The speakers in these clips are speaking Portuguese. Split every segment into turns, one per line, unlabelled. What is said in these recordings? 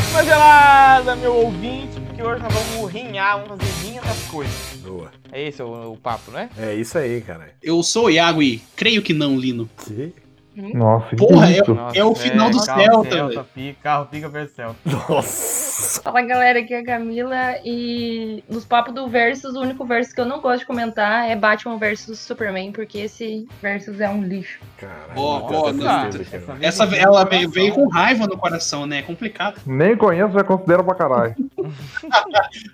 Rapaziada, meu ouvinte, porque hoje nós vamos rinhar, vamos fazer rinha das coisas.
Boa.
É esse o, o papo, né?
É isso aí, cara.
Eu sou o Iago e creio que não, Lino.
Que?
Nossa,
Porra,
que isso?
Nossa,
É o final do
carro
Celta, velho.
pica, carro pica versus Celta.
Nossa.
Fala galera, aqui é a Camila e nos papos do Versus, o único versus que eu não gosto de comentar é Batman versus Superman, porque esse Versus é um lixo.
Caralho.
Ó,
muita
ó,
tristeza,
não.
cara.
vez
Essa
eu tenho
ela
coração.
veio, veio com raiva no coração, né? É complicado.
Nem conheço, já considero pra caralho.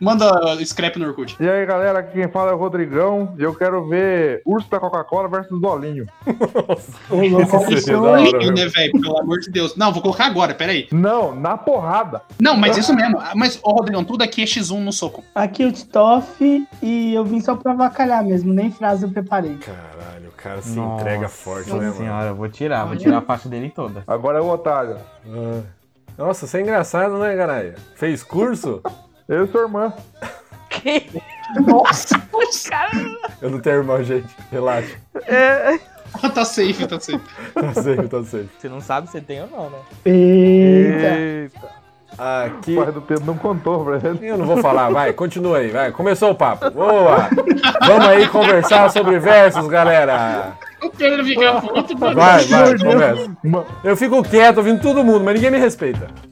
Manda scrap no Orkut.
E aí, galera, aqui quem fala é o Rodrigão e eu quero ver Urso da Coca-Cola versus Dolinho. é
Esse
Isso
seria da hora,
aí,
mesmo.
né, velho? Pelo amor de Deus. Não, vou colocar agora, peraí.
Não, na porrada.
Não, mas isso mesmo. Ah, Mas, ô, Rodrigão, tudo aqui é X1 no soco.
Aqui é o Titoff e eu vim só pra avacalhar mesmo, nem frase eu preparei.
Caralho, o cara se entrega forte, né, mano?
senhora, eu vou tirar, vou tirar a faixa dele toda.
Agora é o otário.
Ah. Nossa, você é engraçado, né, caralho? Fez curso?
Eu e sua irmã.
Nossa,
Eu não tenho irmão, gente. Relaxa.
tá safe, tá safe.
Tá safe, tá safe.
Você não sabe se tem ou não, né?
Eita!
O
Aqui.
pai do Pedro não contou pra ele.
Eu não vou falar, vai, continua aí, vai. Começou o papo. Boa! Vamos aí conversar sobre versos, galera.
O Pedro fica puto, mano.
Vai, vai,
Meu Deus.
começa.
Mano,
Eu fico quieto ouvindo todo mundo, mas ninguém me respeita.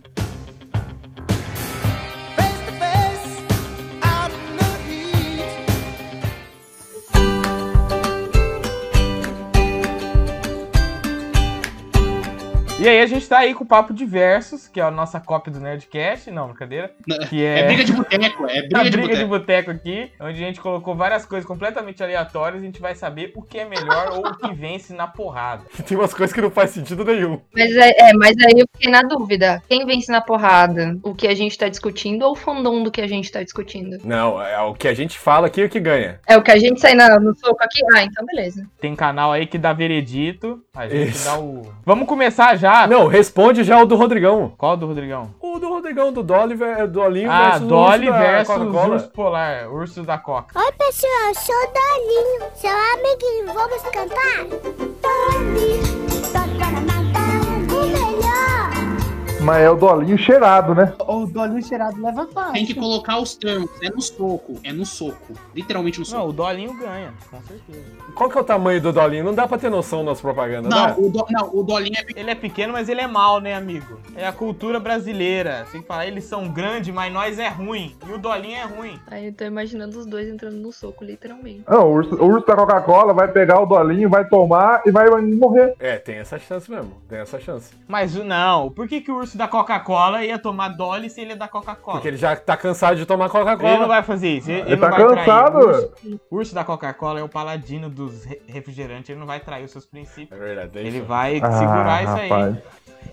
E aí a gente tá aí com o papo de versus, que é a nossa cópia do Nerdcast, não, brincadeira, que
É
é...
briga de boteco, é
a
briga de
briga de
boteco.
boteco aqui, onde a gente colocou várias coisas completamente aleatórias, a gente vai saber o que é melhor ou o que vence na porrada.
Tem umas coisas que não faz sentido nenhum.
Mas, é, é, mas aí eu fiquei na dúvida. Quem vence na porrada? O que a gente tá discutindo ou o fandom do que a gente tá discutindo?
Não, é o que a gente fala aqui é o que ganha.
É o que a gente sai na- no soco aqui? Ah, então beleza.
Tem canal aí que dá veredito, a gente
Isso.
dá o... Vamos começar já!
Não, responde já o do Rodrigão.
Qual do Rodrigão?
O do Rodrigão, do Dolly, ver- do Dolinho
Ah,
versus o
Dolly
urso da
versus
Coca-Cola.
Urso Polar, Urso da Coca.
Oi, pessoal, eu sou o Dolinho, seu amiguinho. Vamos cantar? Doli, Dona Maria, o melhor.
mas é o Dolinho cheirado, né?
O Dolinho cheirado leva fácil.
Tem que colocar os termos. É no soco, é no soco. Literalmente no
Não,
soco.
o Dolinho ganha, com certeza.
Qual que é o tamanho do Dolinho? Não dá pra ter noção nas propagandas, né? dá?
Não, o, do, não, o Dolinho é
Ele é pequeno, mas ele é mal, né, amigo? É a cultura brasileira. Tem que falar, eles são grandes, mas nós é ruim. E o Dolinho é ruim.
Aí eu tô imaginando os dois entrando no soco, literalmente.
Não, o urso, o urso da Coca-Cola vai pegar o Dolinho, vai tomar e vai morrer.
É, tem essa chance mesmo. Tem essa chance.
Mas o- não, por que, que o urso da Coca-Cola ia tomar Dolly se ele é da Coca-Cola?
Porque ele já tá cansado de tomar
Ele não
Coca-Cola.
vai fazer isso. Ele,
Ele,
ele
tá
não vai trair.
cansado.
O urso, o urso da Coca-Cola é o paladino dos re- refrigerantes. Ele não vai trair os seus princípios.
É verdade. tem
Ele
chance.
vai
Ah,
segurar isso aí.
rapaz.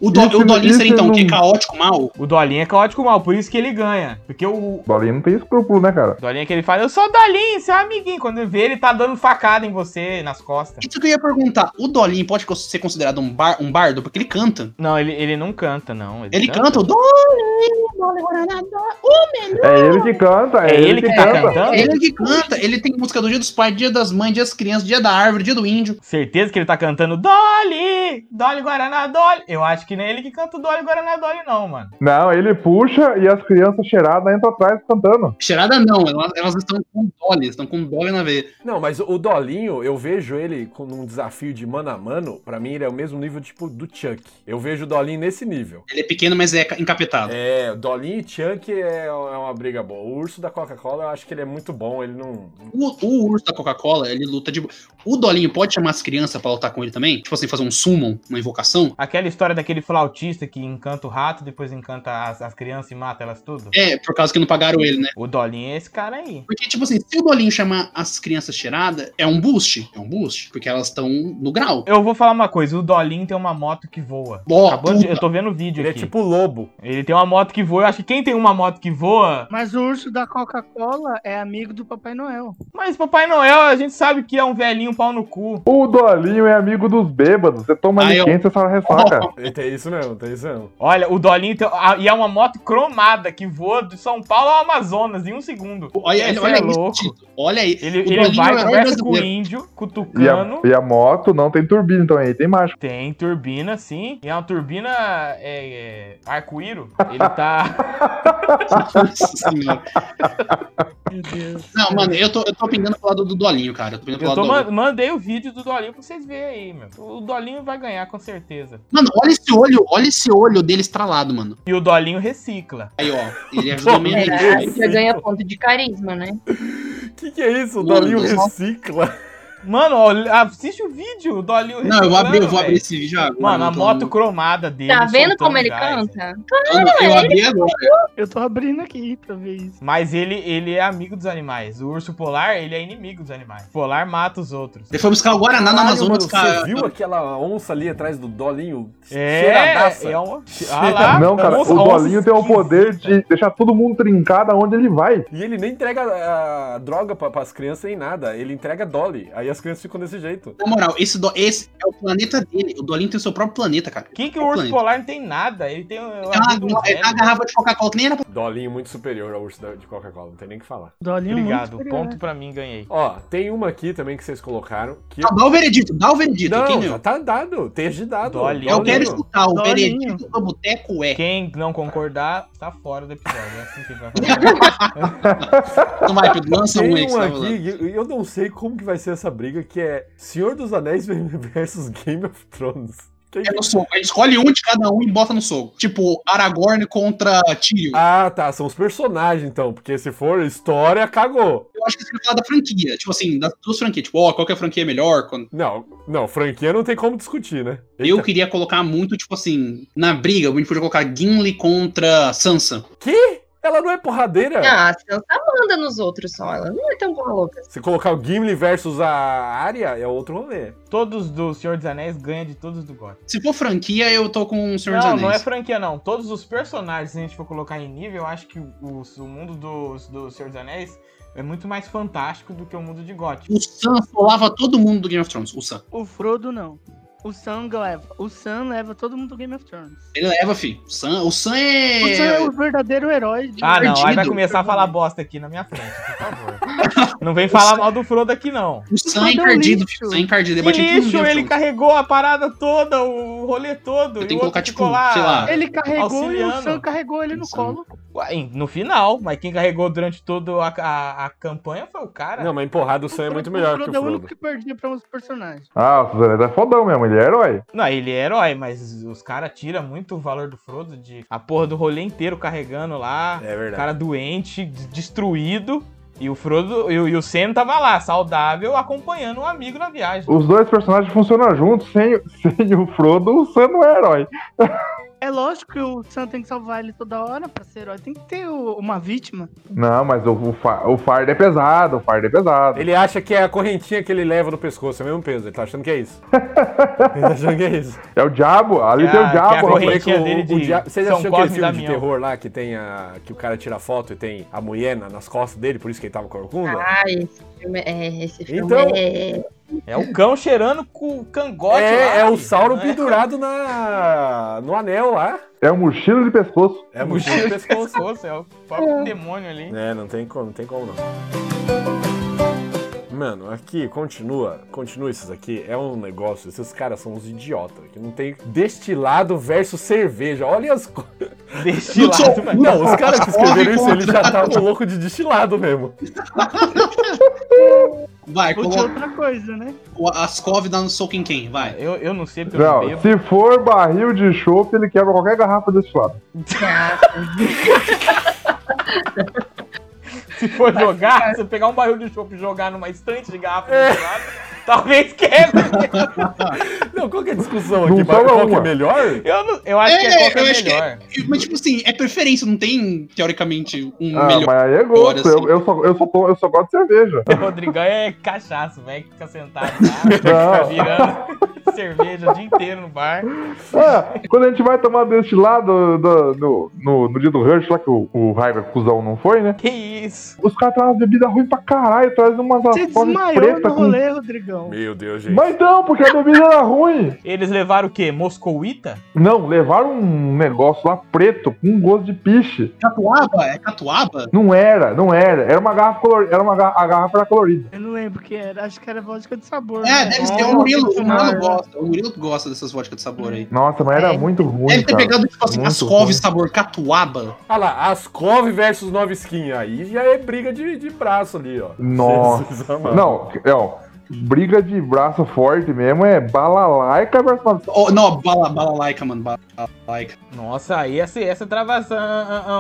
O, do,
Isso-
o Dolinho seria então o quê?
isso não-
Caótico, mal?
O Dolinho é caótico mal, por isso que ele ganha. Porque o.
O Dolinho não tem escrúpulo, né, cara?
o Dolinho é que ele fala, eu sou o Dolinho, seu amiguinho. Quando ele vê, ele tá dando facada em você, nas costas.
Isso que eu ia perguntar. O Dolinho pode co- ser considerado um, bar, um bardo? Porque ele canta.
Não, ele, ele não canta, não.
Ele canta o Dolinho, Dolinho, Guaranadó.
É ele que canta, é,
É ele que tá cantando?
Ele que canta. Ele tem música do Dia dos Pais, Dia das Mães, Dia das Crianças, Dia da Árvore, Dia do Índio.
Certeza que ele tá cantando Dolly! Dolly Guaraná Dolly! Eu acho que não é ele que canta o Dolly Guaraná Dolly, não, mano.
Não, ele puxa e as crianças cheiradas entram atrás cantando.
Cheirada não, elas, elas estão com Dolly, estão com Dolly na veia.
Não, mas o Dolinho, eu vejo ele com um desafio de mano a mano. Pra mim, ele é o mesmo nível, tipo, do Chuck. Eu vejo o Dolinho nesse nível.
Ele é pequeno, mas é ca-
Ah,
encapetado.
É, o Dolinho e Chuck é, é uma briga boa. O urso da Coca-Cola, eu acho que ele é muito bom. Ele não.
O, o urso da Coca-Cola, ele luta de. bo- O Dolinho pode chamar as crianças pra lutar com ele também? Tipo assim, fazer um summon, uma invocação?
Aquela história daquele flautista que encanta o rato, depois encanta as, as crianças e mata elas tudo.
É, por causa que não pagaram ele, né?
O Dolinho é esse cara aí.
Porque, tipo assim, se o Dolinho chamar as crianças cheiradas, é um boost. É um boost. Porque elas estão no grau.
Eu vou falar uma coisa, o Dolinho tem uma moto que voa.
Ó,
Acabou de-
puta.
eu tô vendo o vídeo
Ele é
aqui.
tipo lobo.
Ele tem uma moto que voa. Eu acho que quem tem uma moto que voa.
Mas o urso da Coca-Cola é amigo do Papai Noel.
Mas Papai Noel, a gente sabe que é um velhinho pau no cu.
O Dolinho é amigo dos bêbados. Você toma
Aí, ó.
licença, você fala ressaca.
Ele Tem isso mesmo, tem isso mesmo.
Olha, o Dolinho tem- ah, e é uma moto cromada que voa de São Paulo ao Amazonas em um segundo.
Olha,
Esse
olha, olha
é
isso,
louco.
Tito. Olha aí.
Ele,
O
ele
Dolinho é
vai,
o herói
conversa com o
brasileiro.
índio, com o
E a,
tucano.
e a moto não tem turbina, então aí tem mágico.
Tem turbina, sim. E é uma turbina é, é, arco-íro. Ele tá.
Nossa senhora. Não, mano, eu tô, eu tô pingando pro lado do Dolinho, cara. Eu tô pingando pro
Eu
lado
tô
do
man-
Dolinho.
mandei o vídeo do Dolinho pra vocês verem aí, meu. O Dolinho vai ganhar, com certeza.
Mano, olha esse olho, olha esse olho dele estralado, mano.
E o Dolinho recicla.
Aí, ó. Ele ajuda meio.
É, aí você ganha ponto de carisma, né?
Que que é isso? O
Mano,
Dolinho
pessoal.
recicla.
Mano, ó, assiste o vídeo, o Dolinho
Não, eu vou abrir, eu vou
velho.
abrir esse vídeo agora.
Mano, a
pelo
moto
amor
cromada dele.
Tá vendo
soltando
como ele
gás, né? velho.
canta?
de Deus. Eu abri agora.
Eu tô abrindo aqui pra ver isso.
Mas ele, ele é amigo dos animais. O urso polar, ele é inimigo dos animais. O polar mata os outros.
Ele foi buscar o Guaraná na
Caralho,
Amazônia.
mano,
buscar-
você viu aquela onça ali atrás do Dolinho? Cheiradaça.
É, é um... Ah lá,
não, cara,
onça-
o
onça
Dolinho tem o
esquisita.
poder de deixar todo mundo trincado aonde ele vai.
E ele nem entrega a, a droga pra, pras crianças nem nada. Ele entrega Dolly. Aí as crianças ficam desse jeito.
Na moral, esse, do- esse é o planeta dele. O Dolinho tem o seu próprio planeta, cara.
Quem que o urso
Planeta.
polar não tem nada? Ele tem um-
É uma,
um
é uma garrafa de Coca-Cola que nem era pra.
Dolinho muito superior ao urso da- de Coca-Cola. Não tem nem o que falar.
um
Dolinho
Obrigado,
né?
muito superior.
ponto pra mim, ganhei.
Ó, tem uma aqui também que vocês colocaram. Que...
Ah, dá o veredito, dá o veredito. quem
Não,
ganhou?
já tá dado. Texto de dado.
Dolinho.
Eu quero escutar
Tá
o
Dolinho.
veredito do boteco é.
Quem não concordar, tá fora do episódio. É assim que ele vai fazer.
Não vai, Pedro, lança um aí.
Tem
que
um
você tá falando.
aqui, e eu não sei como que vai ser essa briga, que é Senhor dos Anéis versus Game of Thrones. Quem
É no soco. A gente escolhe um de cada um e bota no soco. Tipo, Aragorn contra Tyrion.
Ah, tá. São os personagens, então. Porque se for história, cagou.
Eu acho que você vai falar da franquia. Tipo assim, das duas franquias. Tipo, ó, qual que é a franquia melhor? Quando-
Não, não, franquia não tem como discutir, né?
Eu queria colocar muito, tipo assim, na briga, a gente podia colocar Gimli contra Sansa.
Que? Ela não é porradeira?
Ah, a Sansa manda nos outros só. Ela não é tão boa louca.
Se colocar o Gimli versus a área, é outro rolê.
todos do Senhor dos Anéis ganham de todos do God.
Se for franquia, eu tô com o Senhor
não,
dos
não é
Anéis.
franquia, não. Todos os personagens, se a gente for colocar em nível, eu acho que o, o mundo do, do Senhor dos Anéis é muito mais fantástico do que o mundo de God.
O Sam solava todo mundo do Game of Thrones. O Sam.
O Frodo não. O Sam leva. O Sam leva todo mundo do Game of Thrones.
Ele leva, filho. O Sam, o Sam
O Sam é
é.
o verdadeiro herói. de-
Ah, não. Aí vai
Perdido.
começar a falar bosta aqui na minha frente, por favor. Não vem falar mal do Frodo aqui, não.
O Sam é
Frodo é um
encardido,
lixo.
filho. O Sam é encardido. Ele
Que
bate em tudo no
lixo,
Game of
ele
Thrones.
carregou a parada toda, o rolê todo.
Eu
e
tenho
o
que
outro
colocar,
ficou
tipo,
lá.
sei lá.
Ele carregou e o
Auxiliando.
Sam carregou ele no
Sam.
colo.
Ué, em- No final, mas quem carregou durante toda a, a, a campanha foi o cara.
Não, mas empurrado o Sam é muito melhor que o
Frodo é o único
Frodo.
que perdia pra uns personagens.
Ah, o Suzaneta é fodão mesmo, ele é herói.
Não, ele é herói, mas os caras tiram muito o valor do Frodo de a porra do rolê inteiro carregando lá.
É
O
verdade.
cara doente, des- destruído. E o Frodo e o, e o Sam tava lá, saudável, acompanhando um amigo na viagem.
Os dois personagens funcionam juntos, sem, sem o Frodo, o Sam não é herói.
É lógico que o Sam tem que salvar ele toda hora pra ser herói. Tem que ter o- uma vítima.
Não, mas o, o, fa- o fardo é pesado, o fardo é pesado.
Ele acha que é a correntinha que ele leva no pescoço, é o mesmo peso. Ele tá achando que é isso. ele tá achando que é isso.
É o diabo, ali
É
tem
Ah,
a-
o
que é a
diabo.
corrente.
rapaz.
correntinha dele de
dia- Vocês
São
acharam aquele
Cosme e
filme de
Damião.
terror lá que tem a. que o cara tira foto e tem a mulher na- nas costas dele, por isso que ele tava corcunda?
Ah, esse filme é. Esse filme
Então-
é.
É o cão cheirando com o cangote lá,
é, é o
filho.
Sauro
Não é?
pendurado na, no anel lá.
É o mochila de pescoço.
É a mochila no pescoço.
pescoço, é o próprio demônio ali.
É, não tem como, não tem como não. Mano, aqui, continua, continua esses aqui, é um negócio, esses caras são uns idiotas, que não tem destilado versus cerveja, olha as co...
Destilado, velho.
Não, um os caras que escreveram
Corre
isso,
contra.
eles já estavam louco de destilado mesmo.
Vai,
Ou de
coloca
outra coisa, né?
o Ascov dando soco em quem? Vai.
Eu, eu não sei porque eu não
Não,
bebo.
se for barril de chope, ele quebra qualquer garrafa desse lado.
Se for jogar, se eu pegar um barril de chopp e jogar numa estante de garrafa
É.
do lado, talvez quebre.
Não, qual que é a discussão
Não
aqui,
toma
qual que é
uma.
melhor?
Eu, não- eu acho que é
É,
qualquer
eu acho que-
melhor.
Mas, tipo assim, é preferência, não tem, teoricamente, um
Ah,
melhor.
mas aí é gosto.
assim.
Eu, eu só, eu, só tô- eu só gosto de cerveja.
O Rodrigão é cachaço, velho, que fica sentado lá, fica
Não.
virando. cerveja o dia inteiro no bar.
É, quando a gente vai tomar deste lá do, do- no, no, no dia do Rush, lá que o, o Raiva cuzão não foi, né?
Que isso?
Os caras trazem bebida ruim pra caralho, trazem umas
Você
alfajores
desmaiou
pretas
no
com.
rolê, Rodrigão.
Meu Deus, gente.
Mas não, porque a bebida era ruim.
Eles levaram o quê? Moscowita?
Não, levaram um negócio lá preto com gosto de piche.
Catuaba? É catuaba?
Não era, não era. Era uma garrafa colorida. Era uma garrafa, a garrafa era colorida.
Eu não lembro o que era. Acho que era vodka de sabor.
É,
né?
deve ser. O Murilo, o Murilo gosta. O Murilo gosta dessas vodkas de sabor aí.
Nossa, mas era
É.
muito ruim.
Deve ter
cara.
pegado, tipo assim,
Muito
Ascov
ruim.
sabor catuaba.
Olha lá, Ascov versus Nova Skin. Aí já é briga de, de braço ali, ó.
Nossa.
Jesus amado.
Não, é, ó, briga de braço forte mesmo é balalaica versus uma-
Oh, não, bala, balalaica, mano. Balalaica.
Nossa, aí essa, essa é travação.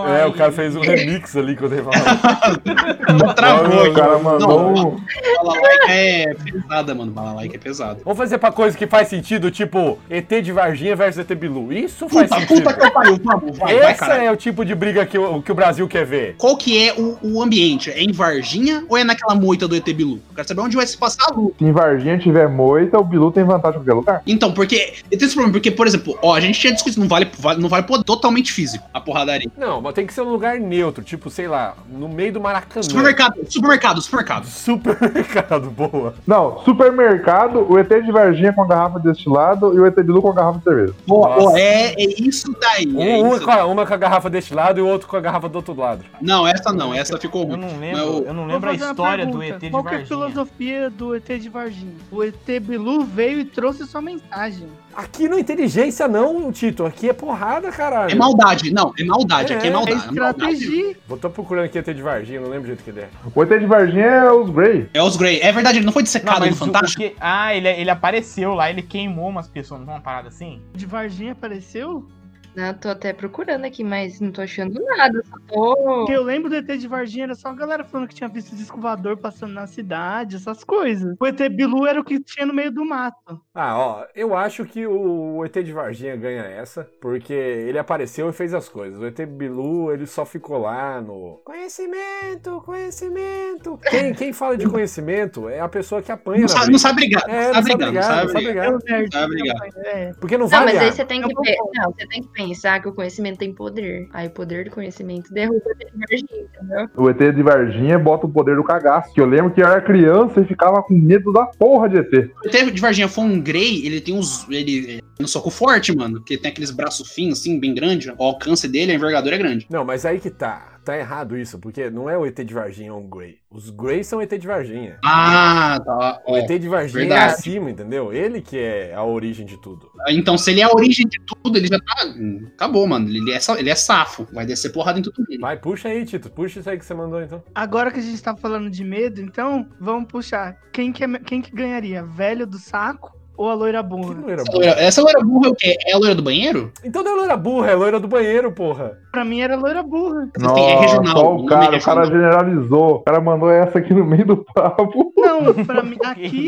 É, o cara fez um remix ali quando ele falava.
Travou,
O cara mandou
Não.
um.
Balalaica é pesada, mano. Balalaica é pesada.
Vamos fazer pra coisa que faz sentido, tipo ET de Varginha versus ET Bilu. Isso faz
Puta,
sentido.
puta que eu pariu. Vamos, vai, vai,
Essa
cara.
é o tipo de briga que o, que o Brasil quer ver.
Qual que é o, o ambiente? É em Varginha ou é naquela moita do ET Bilu? Eu quero saber onde vai se passar a luta.
Se em Varginha tiver moita, o Bilu tem vantagem em qualquer lugar.
Então, porque. Eu tenho esse problema, porque, por exemplo, ó, a gente tinha discutido, não vale, vale- não vale pô, totalmente físico a porradaria.
Não, mas tem que ser um lugar neutro, tipo, sei lá, no meio do Maracanã.
Supermercado, supermercado, supermercado.
Supermercado, boa.
Não, supermercado, o ET de Varginha com a garrafa deste lado e o ET Bilu com a garrafa de cerveja.
Boa,
Nossa.
boa, é, é isso daí.
Um,
é
uma,
isso.
com a, uma com a garrafa deste lado e o outro com a garrafa do outro lado.
Não, essa não, essa ficou
Eu
ruim.
não
Não,
lembro, eu não
Vou
lembro a
fazer uma
história do
pergunta.
ET de
Qual que é a
Varginha.
filosofia do ET de Varginha? O ET Bilu veio e trouxe sua mensagem.
Aqui não é inteligência, não, Tito. Aqui é porrada, caralho.
É maldade, não, é maldade, aqui é
É,
É
maldade. É, maldade.
estratégia.
Vou tô procurando aqui ET de Varginha, não lembro o jeito que ele é.
O ET de Varginha é os Grey.
é os Grey. É verdade, ele não foi
Não,
dissecado no
mas o, o
Fantástico?
que... Ah, ele, ele apareceu lá, ele queimou umas pessoas, não foi uma parada assim?
De Varginha apareceu?
Ah, tô até procurando aqui, mas não tô achando nada. Só tô...
Porque eu lembro do ET de Varginha, era só a galera falando que tinha visto disco voador passando na cidade, essas coisas. O ET Bilu era o que tinha no meio do mato.
Ah, ó, eu acho que o ET de Varginha ganha essa, porque ele apareceu e fez as coisas. O ET Bilu, ele só ficou lá no. Conhecimento, conhecimento. Quem, quem fala de conhecimento é a pessoa que apanha.
Não,
na
sabe-
briga.
não sabe brigar,
É,
não sabe brigar, não sabe
não sabe
brigar.
brigar.
Eu vejo.
Tá, obrigado.
É.
Porque não
Não,
vale.
mas
a-
aí você tem,
Eu
que pe... não, você tem que pensar que o conhecimento tem poder. Aí o poder do conhecimento derruba o ET de Varginha, entendeu?
O ET de Varginha bota o poder do cagaço. Que eu lembro que eu era criança e ficava com medo da porra de ET.
O ET de Varginha foi um Grey, ele tem uns. Ele é um soco forte, mano, porque tem aqueles braços finos, assim, bem grande. O alcance dele, a envergadura é grande.
Não, mas aí que tá. Tá errado isso, porque não é o ET de Varginha, é um Grey. Os Greys são ET de Varginha.
Ah, tá.
O
ó.
ET de Varginha
verdade.
é acima, entendeu? Ele que é a origem de tudo.
Então, se ele é a origem de tudo, ele já tá. hum, Acabou, mano. Ele é, sa- ele é safo. Vai descer porrada em tudo mundo.
Vai, puxa aí, Tito. Puxa isso aí que você mandou, então.
Agora que a gente tá falando de medo, então vamos puxar. Quem que, é- quem que ganharia? Velho do saco ou a loira
Que
burra?
loira
Essa
burra.
loira, essa loira burra é o quê? É a loira do banheiro?
Então não é loira burra, é loira do banheiro, porra.
Pra mim era loira burra.
Vocês têm- é regional,
ó,
o
o
nome
cara,
é
o cara
regional.
generalizou. O cara mandou essa aqui no meio do papo.
Não, pra mim, aqui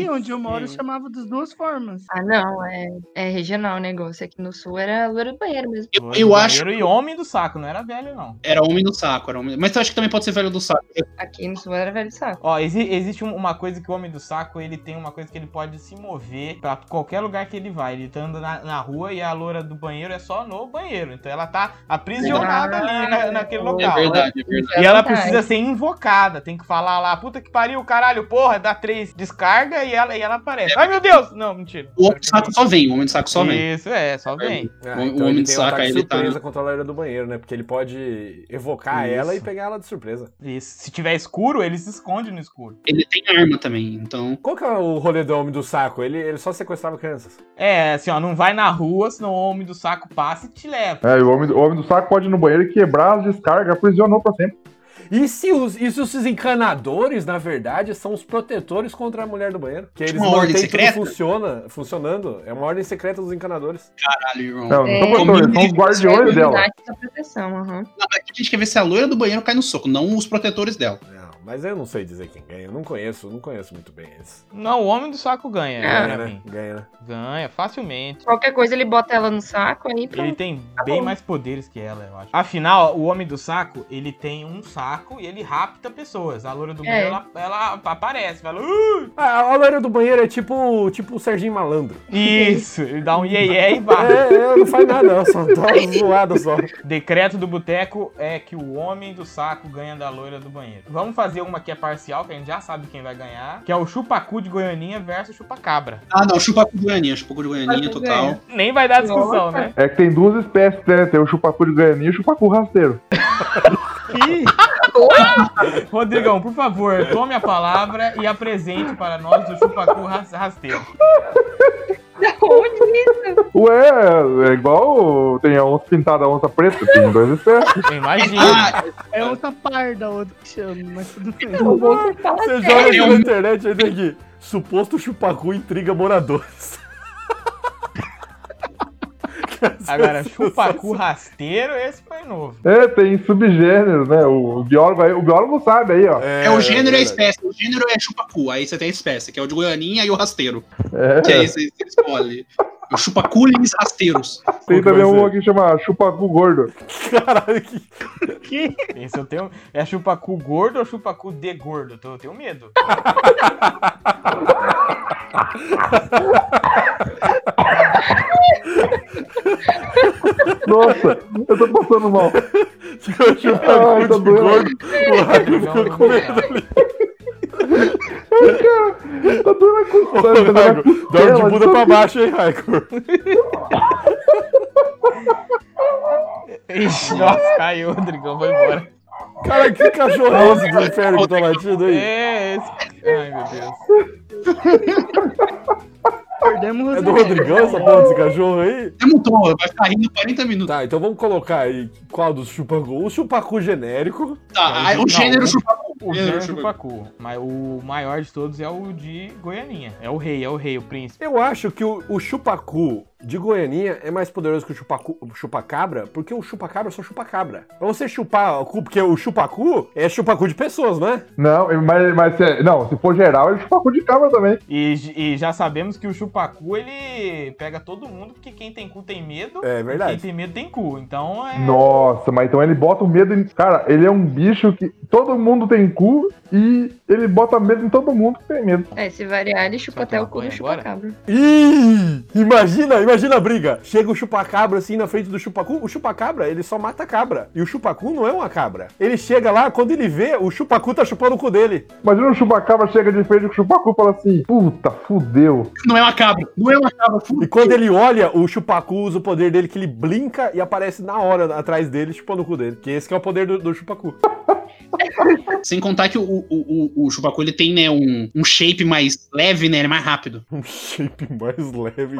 isso,
onde eu moro, eu
gente?
chamava das duas formas.
Ah, não, é, é regional o negócio. Aqui no sul era loira do banheiro mesmo.
Eu,
Loira
eu
do
acho.
um banheiro E homem do saco, não era velho, não.
Era homem do saco, era homem. Mas eu acho que também pode ser velho do saco.
Aqui no sul era velho do saco.
Ó, exi- existe um- uma coisa que o homem do saco, ele tem uma coisa que ele pode se mover pra qualquer lugar que ele vai. Ele tá andando na, na rua e a loura do banheiro é só no banheiro. Então ela tá
Ah,
aprisionada ali na- naquele
É
local.
verdade, é verdade.
E ela
Verdade.
precisa ser invocada, tem que falar lá, puta que pariu, caralho, porra, dá três, descarga e ela, e ela aparece. Ai meu Deus! Não, mentira.
O homem do saco só vem, o homem do saco só vem.
Isso, é, só vem.
Ah,
O- o homem de saca,
ataque
ele tá-
surpresa contra a loira do banheiro, né? Porque ele pode evocar
Isso.
ela e pegar ela de surpresa.
Isso. Se tiver escuro, ele se esconde no escuro.
Ele tem arma também, então.
Qual que é o rolê do homem do saco? Ele, ele só sequestrava crianças.
É, assim, ó, não vai na rua, senão o homem do saco passa e te leva.
É, e o homem, do- o homem do saco pode ir no banheiro e quebrar as descargas, aprisionou pra sempre.
E se, os, e se os encanadores, na verdade, são os protetores contra a mulher do banheiro? Que é eles
uma ordem
mantêm tudo
secreta?
funciona, funcionando. É uma ordem secreta dos encanadores.
Caralho, irmão.
Não, não
É.
são protetores, são os um guardiões
Era
tipo,
dela.
verdade da é proteção, aham.
Não, aqui a gente quer ver se a loira do banheiro cai no soco, não os protetores dela.
Não, Mas eu não sei dizer quem ganha. Eu não conheço, não conheço muito bem esse.
Não, o homem do saco ganha.
Ah.
pra
Ganha, né?
mim.
Ganha, né?
Ganha, facilmente.
Qualquer coisa ele bota ela no saco aí pronto.
Ele tem bem mais poderes que ela, eu acho. Afinal, o homem do saco, ele tem um saco e ele rapta pessoas. A loura do meio,
É.
ela, ela aparece, fala. "Uh!"
Ah, a loira do banheiro é tipo, tipo o Serginho Malandro.
Isso, ele dá um iê iê e barra.
É, é, não faz nada, ela só tá zoada só.
Decreto do boteco é que o homem do saco ganha da loira do banheiro. Vamos fazer uma que é parcial, que a gente já sabe quem vai ganhar, que é o chupacu de Goianinha versus chupacabra.
Ah, não, chupacu de Goianinha, chupacu de Goianinha
Chupacu de
total.
Goianinha.
Nem vai dar discussão,
Nossa.
né?
É que tem duas espécies, né? Tem o chupacu de Goiânia e o chupacu rasteiro.
Rodrigão, por favor, tome a palavra e apresente para nós o chupacu ras- rasteiro.
Onde?
Ué, é igual tem a onça pintada, a onça preta, tem duas espécies.
Eu imagino.
Ah,
É outra parda, outra que chama, mas tudo bem.
O Walter fala
Você
sério.
joga aqui na internet e tem aqui. Suposto chupacu intriga moradores.
Agora, chupacu rasteiro, esse foi novo.
É, tem subgênero, né? O biólogo, aí, o biólogo sabe aí, ó.
é o gênero e a
verdade.
espécie. O gênero é chupacu. Aí você tem a espécie, que é o de Goianinha e o rasteiro. Que
É.
aí você você escolhe. O chupacu e os rasteiros.
Tem
Qual que vai
também um
ser?
aqui que chama chupacu gordo.
Caralho, que...
Esse eu tenho. É chupacu gordo ou chupacu de gordo? Eu tô- Eu tenho medo.
Nossa, eu tô passando mal.
o Tipo, chupacu
Ai, tô
de
doendo.
gordo. O Raio
Não, não,
ficou com medo.
não.
Tá doendo a
Ô,
costela. tá doendo a
Raigo, dorme de
costela,
bunda pra baixo, hein, Raigo?
Ixi, nossa, caiu, Rodrigão, foi embora.
Cara, que cachorroso do inferno que tá latindo aí.
É, esse. Ai, meu Deus.
Perdemos
É
os
do Rodrigão essa porra desse cachorro aí?
Você montou, É vai ficar rindo 40 minutos.
Tá, então vamos colocar aí qual dos chupacu? O chupacu genérico.
Tá, aí o
Não,
gênero
o-
chupacu.
O
Gênero
gênero
chupacu.
chupacu. Mas o maior de todos é o de Goianinha. É o rei, é o rei, o príncipe.
Eu acho que o, o chupacu de Goianinha é mais poderoso que o chupacu, o chupacabra, porque o chupacabra é só chupa cabra. Pra você chupar o cu, porque o chupacu é chupacu de pessoas, né?
Não, mas, mas se, é, não, se for geral, ele chupacu de cabra também.
E, j- e já sabemos que o chupacu, ele pega todo mundo, porque quem tem cu tem medo.
É
Quem
verdade.
tem medo tem cu. Então é.
Nossa, mas então ele bota o medo em. Cara, ele é um bicho que todo mundo tem cu e ele bota medo em todo mundo que tem medo.
É, se variar, ele chupa
Será que
até
é
o cu do
maconha agora?
chupacabra.
Ih! Imagina, imagina a briga. Chega o chupacabra assim na frente do chupacu. O chupacabra, ele só mata a cabra. E o chupacu não é uma cabra. Ele chega lá, quando ele vê, o chupacu tá chupando o cu dele.
Imagina o chupacabra chega de frente com o chupacu e fala assim: Puta, fudeu.
Não é uma cabra. Não é uma cabra.
E quando ele olha, o chupacu usa o poder dele que ele blinca e aparece na hora atrás dele, chupando o cu dele. Que esse que é o poder do, do chupacu.
Sem contar que o, o, o, o chupacu ele tem né, um, um shape mais leve, né? Ele é mais rápido.
Um shape mais leve.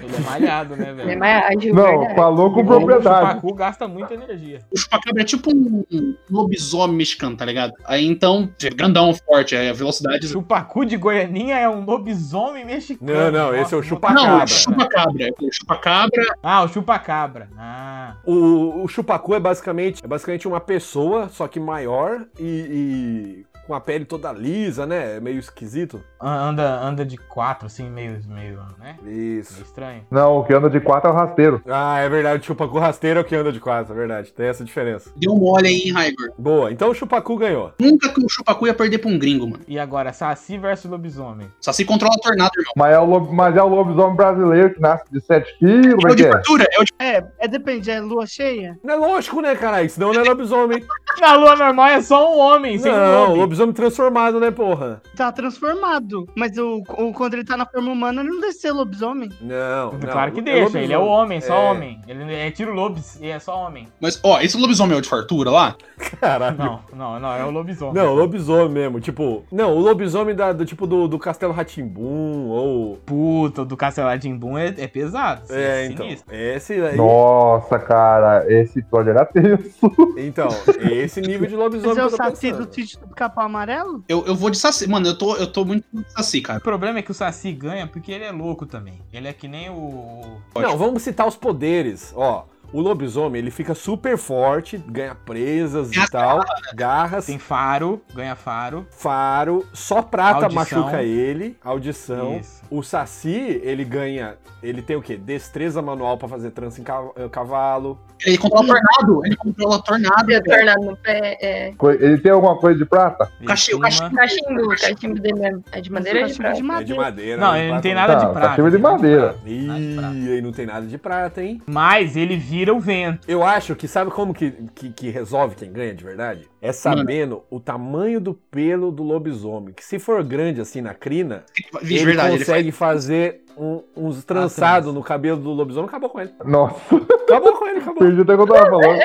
Ele é malhado, né,
Ele é
velho?
mais ágil,
Não,
verdade.
falou com
O
propriedade.
chupacu gasta muita energia.
O chupacabra é tipo um, um lobisomem mexicano, tá ligado? Aí então, é grandão, forte, é a velocidade.
Chupacu de Goianinha é um lobisomem mexicano.
Não, não, esse é o
vou
chupacabra.
botar-
Não, é chupacabra. É Chupacabra.
Ah, o chupacabra. Ah.
O, o chupacu é basicamente, é basicamente uma pessoa, só que maior e, e com a pele toda lisa, né? É meio esquisito.
An- Anda, anda de quatro, assim, meio, meio, né? Meio
Isso.
estranho.
Não, o que anda de quatro é o rasteiro.
Ah, é verdade. O chupacu rasteiro é o que anda de quatro, é verdade. Tem essa diferença.
Deu mole aí, hein, Raigor.
Boa, então o chupacu ganhou.
Nunca que o chupacu ia perder pra um gringo, mano.
E agora, Saci versus lobisomem.
Só se controla o tornado, irmão.
Mas é o, lobo- mas é o lobisomem brasileiro que nasce de 7 quilos,
É o
como é
de
que é?
fartura. É o de...
É, é depende, é lua cheia?
Não é lógico, né, caralho? Senão não é lobisomem.
Na lua normal é só um homem, sem
Não,
lobo.
lobisomem transformado, né, porra?
Tá transformado. Mas o, o, quando ele tá na forma humana, ele não deve ser lobisomem.
Não. não,
Claro que
é
deixa, ele é o
lobisomem.
homem, só
É.
homem. Ele é tiro lobis e é só homem.
Mas, ó, esse lobisomem é o de fartura lá?
Caralho.
Não, não, não, é o lobisomem.
Não, lobisomem mesmo. Tipo, não, o lobisomem da, do tipo do, do Castelo Ratimbum ou.
Puta, do Castelar de Imbum é, é pesado.
É, então.
sinistro.
Esse aí.
Nossa, cara, esse episódio era tenso.
Então, é esse nível de lobisomem
Mas
que
é o
eu tô
saci
pensando.
do título do capão amarelo?
Eu, eu vou de saci. Mano, eu tô, eu tô muito de saci, cara.
O problema é que o Saci ganha porque ele é louco também. Ele é que nem o.
Não, vamos citar os poderes. Ó, O lobisomem, ele fica super forte, ganha presas e tal, garras,
né? Tem faro, ganha faro.
faro, só prata
Audição.
machuca ele, audição.
Isso.
O Saci, ele ganha, ele tem o quê? Destreza manual pra fazer trança em ca- eh, cavalo.
Ele controla tornado. Ele controla tornado.
Ele é
velho.
tornado no pé. É,
Co- Ele tem alguma coisa de prata?
Ele
Cachimbo,
fuma.
cachimbo.
cachimbo, o cachimbo dele é- é de madeira ou de prata?
É de madeira.
Não,
né?
ele não
Prata
tem nada
Tá,
de prata. né?
cachimbo é de
ele não tem
madeira.
prata.
Ih,
Nada de prata.
aí não tem nada de prata, hein?
Mas ele vira o vento.
Eu acho que sabe como que, que, que resolve quem ganha de verdade? É sabendo o tamanho do pelo do lobisomem. Que se for grande assim na crina,
De
ele
verdade, ele
consegue fazer um- uns trançados no cabelo do lobisomem. Acabou com ele.
Nossa,
Acabou com ele, acabou.
perdi até o que eu tava falando.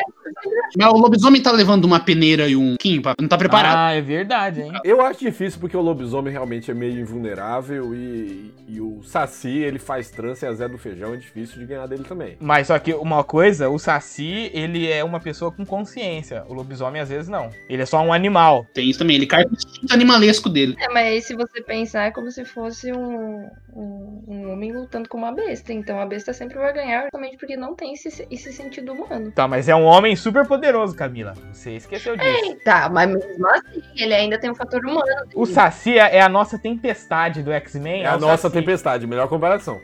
Mas o lobisomem tá levando uma peneira e um quinho, pra- não tá preparado.
Ah, é verdade, hein?
Eu acho difícil porque o lobisomem realmente é meio invulnerável e, e o Saci ele faz trança e a Zé do Feijão é difícil de ganhar dele também.
Mas só que uma coisa, o Saci, ele é uma pessoa com consciência. O lobisomem, às vezes, não. Ele é só um animal.
Tem isso também, ele cai com o instinto animalesco dele.
É, mas se você pensar, é como se fosse um, um, um homem lutando com uma besta. Então a besta sempre vai ganhar, justamente porque não tem esse, esse sentido humano.
Tá, mas é um homem super poderoso, Camila. Você esqueceu disso.
Tá, mas mesmo assim, ele ainda tem um fator humano.
O Saci é é a nossa tempestade do X-Men.
É a nossa
tempestade.
tempestade, melhor comparação.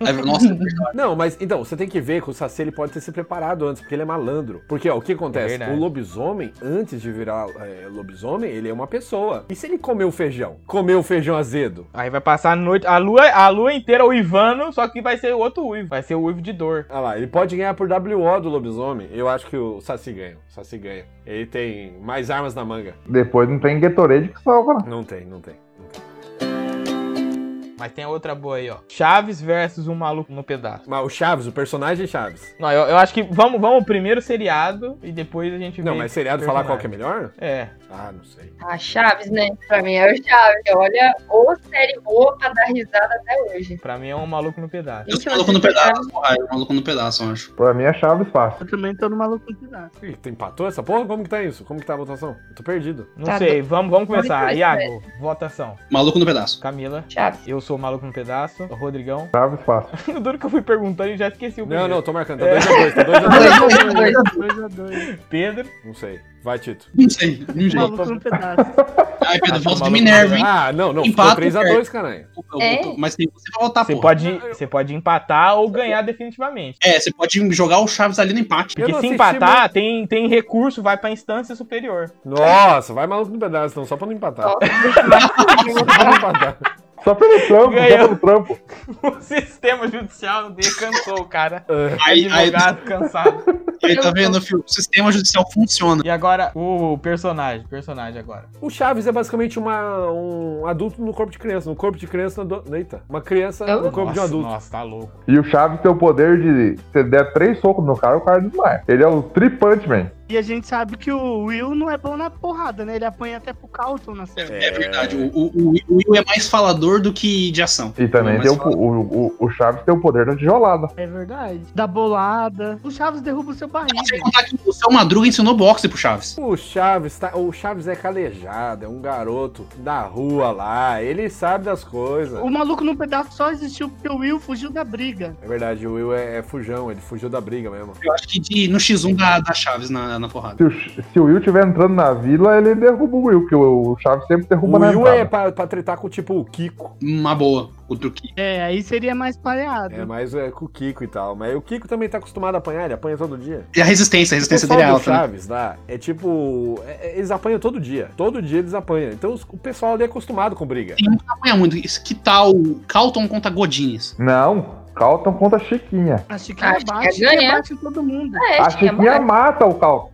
Aí, É, Nossa,
Não, mas então, você tem que ver que o Saci ele pode ter se preparado antes, porque ele é malandro. Porque, ó, o que
É
acontece?
verdade.
o lobisomem, antes de virar é, lobisomem, ele é uma pessoa. E se ele comeu feijão? Comeu feijão azedo?
Aí vai passar a noite, a lua, a lua inteira uivando, só que vai ser outro uivo. Vai ser o uivo de dor.
Ah lá, ele pode ganhar por WO do lobisomem. Eu acho que o Saci ganha. O Saci ganha. Ele tem mais armas na manga.
Depois não tem Gatorade que salva, não.
Não tem, não tem. não tem.
Mas tem outra boa aí, ó. Chaves versus um maluco no pedaço.
Mas o Chaves, o personagem Chaves.
Não, eu, eu acho que vamos, vamos primeiro seriado e depois a gente
Não,
vê
mas seriado falar qual que é
personagem.
melhor?
É.
Ah, não sei.
A Chaves, né? Pra mim é o Chaves. Olha, ou série boa pra dar risada até hoje.
Pra mim é um maluco no pedaço.
eu tô
eu
maluco no
assisto
pedaço, porra, eu tô maluco no pedaço, eu acho.
Pra mim é chave fácil.
Eu também tô no maluco de pedaço.
Ih, tu empatou essa porra? Como que tá isso? Como que tá a votação? Eu tô perdido.
Não
Tá,
sei, vamos, vamos
Vamos
começar.
começar.
Iago, votação.
Maluco no pedaço.
Camila,
Chaves.
eu sou o maluco no pedaço. Rodrigão.
Chave fácil.
O duro que eu fui perguntando e já esqueci o
Não,
primeiro.
não, tô marcando. Tá 2x2, tá 2x2.
2x2.
Pedro.
Não sei. Vai, Tito.
Não sei, de um jeito.
Maluco no pedaço.
Ai, Pedro, volta de
Maluco.
Minerva, hein?
Ah, não, não. Ficou
Empate,
3x2, caralho.
Eu vou-
É?
Mas tem você vai voltar,
Você
pô.
pode, você pode empatar ou ganhar definitivamente.
É, você pode jogar o Chaves ali no empate.
Eu
Porque
não
se
assisti
empatar, tem, tem recurso, vai pra instância superior.
Nossa, vai maluco no pedaço, então, só pra não empatar.
Ó.
Só pra não empatar.
Só pelo trampo,
Ganhou.
só pelo trampo.
O sistema judicial descansou, cara.
Aí, aí,
Advogado cansado.
aí tá vendo, filho? O sistema judicial funciona.
E agora, o personagem, personagem agora.
O Chaves é basicamente uma, um adulto no corpo de criança. No corpo de criança. No do... Eita. Uma criança
Eu-
no corpo de um adulto.
nossa, tá louco.
E o Chaves tem o poder de. Se der três socos no cara, o cara desmaia. Ele é o Tripante Man.
E a gente sabe que o Will não é bom na porrada, né? Ele apanha até pro Carlton na série.
É verdade. O, o- o Will é mais falador do que de ação.
E também
Mas
tem o,
fala-
o, o, o Chaves tem o poder da tijolada.
É verdade. Da bolada. O Chaves derruba o seu
Sem
barriga.
contar que o seu Madruga ensinou boxe pro Chaves.
O Chaves, tá, o Chaves é calejado, é um garoto da rua lá, ele sabe das coisas.
O maluco no pedaço só existiu porque o Will fugiu da briga.
É verdade, o Will é, é fujão, ele fugiu da briga mesmo.
Eu acho que de, no X1 da, da Chaves na, na porrada.
Se o, Ch- se o Will estiver entrando na vila, ele derruba o Will, que o, o Chaves sempre derruba
O
na
Will
entrada.
é pra, pra tretar com tipo o Kiko.
Uma boa, o truque.
É, aí seria mais pareado.
É, mas é com o Kiko e tal. Mas o Kiko também tá acostumado a apanhar, ele apanha todo dia.
E a resistência, a
O
resistência dele é
pessoal do
alta. né?
Chaves lá é tipo. é- é- eles apanham todo dia. Todo dia eles apanham. Então os- o pessoal ali é acostumado com briga.
Tem um que apanha muito. Isso, que tal Calton contra Godines?
Não, Calton contra a Chiquinha.
A Chiquinha
Acho que
bate,
ia ganhar.
bate em todo mundo.
É,
A
Chiquinha Maraca.
Chiquinha mata o Calton.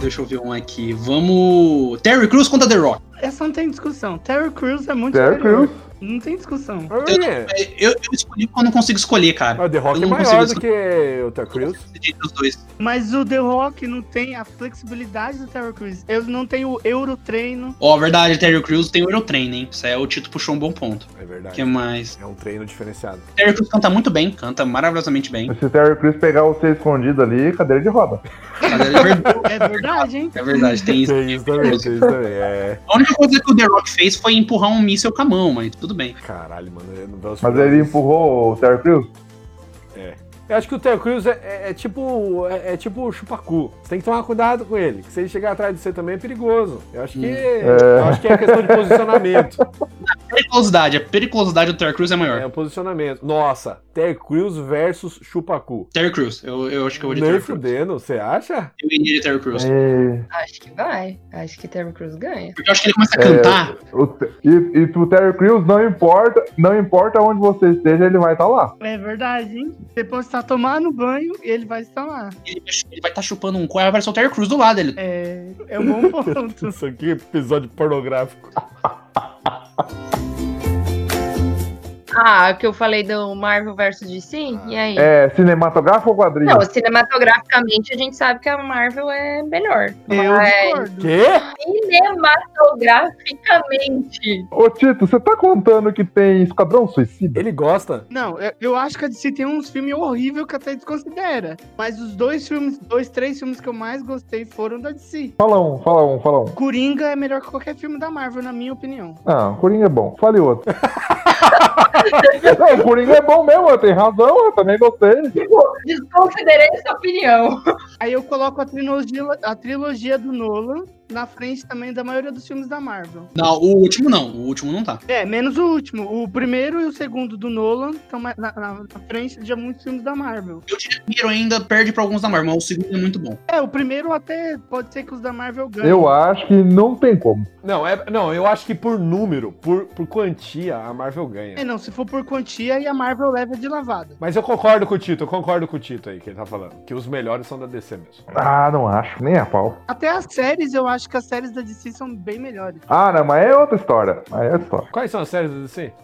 Deixa eu ver um aqui. Vamos. Terry Crews contra The Rock.
Essa não tem discussão. Terry Crews é muito
Terry
superior.
Crews.
Não tem discussão.
Mas por quê?
É, Eu, eu escolhi porque eu não consigo escolher, cara.
Mas o The Rock
Eu
é
não
maior
consigo
do que o Terry Crews.
Entre os dois.
Mas o The Rock não tem a flexibilidade do Terry Crews. Ele não tem o eurotreino.
Ó, verdade, Terry Crews tem o Eurotrain, hein? Isso aí o Tito puxou um bom ponto.
É
O
verdade.
que mais?
É um treino diferenciado.
Terry Crews canta muito bem, canta maravilhosamente bem.
Se o Terry Crews pegar você escondido ali, cadeira de roda.
Mas É verdade,
É verdade, hein?
é verdade, tem isso.
Tem isso também, tem isso também. É.
A única coisa que o The Rock fez foi empurrar um mísel com a mão, mas tudo bem.
Caralho, mano. eu não dou as
Mas
coisas.
ele empurrou o Terry Crews.
Eu acho que o Terry Crews é, é- é tipo é, é tipo o chupacu. Você tem que tomar cuidado com ele, que se ele chegar atrás de você também é perigoso. Eu acho que
Hum.
eu acho que é questão de posicionamento.
Periculosidade. A periculosidade do Terry Crews é maior.
É o posicionamento. Nossa, Terry Crews versus chupacu.
Terry Crews. Eu, eu acho que eu vou de
Nem
Terry Crews.
fudendo, você acha?
Eu iria de Terry Crews.
É,
Acho que vai. Acho que Terry Crews ganha.
Porque eu acho que ele começa
É.
a cantar.
o Te- e, e o Terry Crews, não importa, não importa onde você esteja, ele vai estar lá.
É verdade, hein? Depois que tá tomando banho, ele vai estar lá.
Ele, vai- ele vai estar chupando um cu e vai aparecer o Terry Crews do lado dele.
É, é um bom ponto.
Isso aqui é episódio pornográfico.
Ah, que eu falei do Marvel versus DC? E aí?
É cinematográfico ou quadrinho?
Não, cinematograficamente a gente sabe que a Marvel é melhor.
Eu
Mas
discordo.
Quê?
cinematograficamente.
Ô Tito, você tá contando que tem Esquadrão Suicida?
Ele gosta.
Não, eu, eu acho que a DC tem uns filmes horríveis que até desconsidera. Mas os dois filmes, dois, três filmes que eu mais gostei foram da DC.
Fala um, fala um, fala um.
Coringa é melhor que qualquer filme da Marvel, na minha opinião.
Ah, Coringa é bom. Fale outro. não, Coringa é bom mesmo, eu tenho razão, eu também gostei.
Desconsiderei essa opinião.
Aí eu coloco a trilogia, a trilogia do Nolan na frente também da maioria dos filmes da Marvel.
Não, o último não. O último não tá.
É, menos o último. O primeiro e o segundo do Nolan estão na, na- na frente de muitos filmes da Marvel.
Eu diria que o primeiro ainda perde pra alguns da Marvel, mas o segundo é muito bom.
É, o primeiro até pode ser que os da Marvel ganhem.
Eu acho que não tem como.
Não, é, não, eu acho que por número, por, por quantia, a Marvel
É,
ganha.
não, se for por quantia, aí a Marvel leva de lavada.
Mas eu concordo com o Tito, eu concordo com o Tito aí que ele tá falando. Que os melhores são da DC mesmo.
Ah, não acho, nem a pau.
Até as séries, eu acho que as séries da DC são bem melhores.
Ah, não, mas é outra história. Mas é outra história.
Quais são as séries da DC?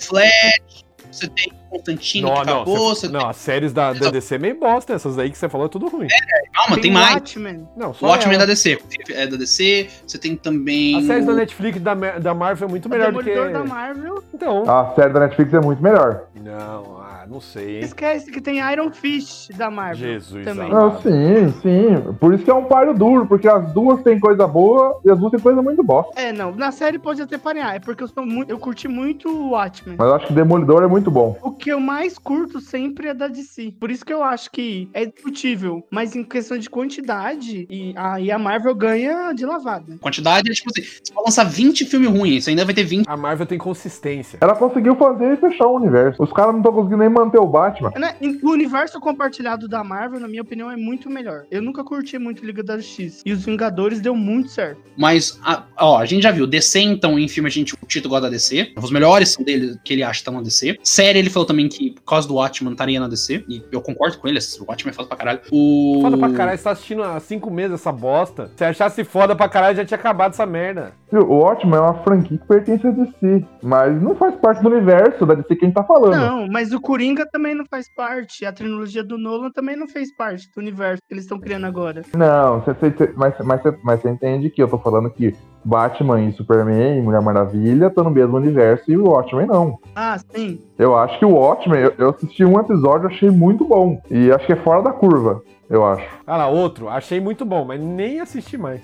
Flash, você tem Constantino que acabou, você
você- não, as séries da, da DC é meio bosta, essas aí que você falou é tudo ruim.
tem. Calma, tem, mais.
Watchmen.
Não,
O
só
Watchmen é da
ela.
DC. É da DC, você tem também.
As séries da
o-
Netflix e da, Mer- da Marvel é muito
Melhor
melhor do que.
Demolidor da Marvel.
Então.
A série da Netflix é muito melhor.
Não, ah, não sei, hein?
Esquece que tem Iron Fist da Marvel.
Jesus.
também.
amado.
Não, sim, sim. Por isso que é um paro duro, porque as duas têm coisa boa e as duas têm coisa muito bosta.
É, não. Na série pode até parear. É porque eu, sou muito, eu curti muito o Watchmen.
Mas eu acho que Demolidor é muito bom.
O que eu mais curto sempre é da DC. Por isso que eu acho que é discutível. Mas em questão de quantidade, e aí a Marvel ganha de lavada.
Quantidade é tipo assim: você vai lançar 20 filmes ruins, você ainda vai ter 20.
A Marvel tem consistência.
Ela conseguiu fazer e fechar o universo. Os caras não estão conseguindo nem manter o Batman.
Né, em- O universo compartilhado da Marvel, na minha opinião, é muito melhor. Eu nunca curti muito Liga da Justiça. E os Vingadores deu muito certo.
Mas, a- ó, a gente já viu. DC, então, em filme, a gente, o Tito gosta da DC. Os melhores são dele, que ele acha que tá na DC. Série, ele falou também que por causa do Watchmen estaria na DC. E eu concordo com ele, o Watchmen é foda pra caralho. O...
Foda pra caralho, você tá assistindo há cinco meses essa bosta. Se achasse foda pra caralho, já tinha acabado essa merda.
Viu? O Watchmen é uma franquia que pertence a DC, mas não faz parte do universo da DC quem tá falando.
Não, mas o Coringa também não faz parte. A trilogia do Nolan também não fez parte do universo que eles estão criando agora.
Não, você, você- você- mas, mas, você- mas você entende que eu tô falando que Batman e Superman e Mulher Maravilha estão no mesmo universo e o Watchmen não.
Ah, sim.
Eu acho que o Watchmen, eu, eu assisti um episódio achei muito bom. E acho que é fora da curva, eu acho.
Ah lá, outro. Achei muito bom, mas nem assisti mais.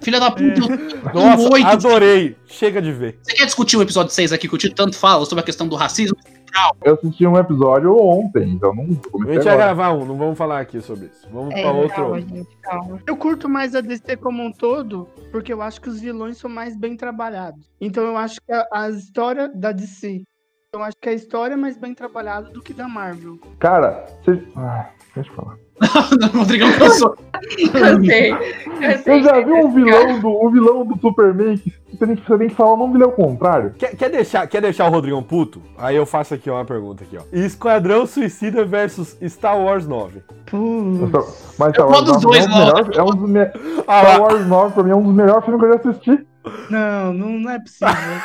Filha da puta, um
Nossa,
oito.
adorei. Chega de ver.
Você quer discutir o episódio 6 aqui que o Tito tanto fala sobre a questão do racismo?
Eu assisti um episódio ontem, então não vou
A
começar
gente vai
agora.
gravar um, não vamos falar aqui sobre isso. Vamos
É,
pra outro.
calma, gente, calma.
Eu curto mais a DC como um todo, porque eu acho que os vilões são mais bem trabalhados. Então eu acho que a, a história da DC. Eu acho que a história é mais bem trabalhada do que da Marvel.
Cara, você... Ah, deixa eu falar.
Não, Rodrigão cansou.
Cansei.
Você
Cansei.
já viu um vilão do, um vilão do Superman que você tem, que- você tem que falar o nome dele ao contrário?
Quer, quer deixar, quer deixar o Rodrigão puto? Aí eu faço aqui ó, uma pergunta aqui, ó. Esquadrão Suicida versus Star Wars 9.
Eu
Mas Star Wars
gosto dos
9
dois,
é um dos melhores- é um dos me-
Ah
Star
lá.
Wars 9 pra mim é um dos melhores filmes que eu já assisti.
Não, não, não é possível.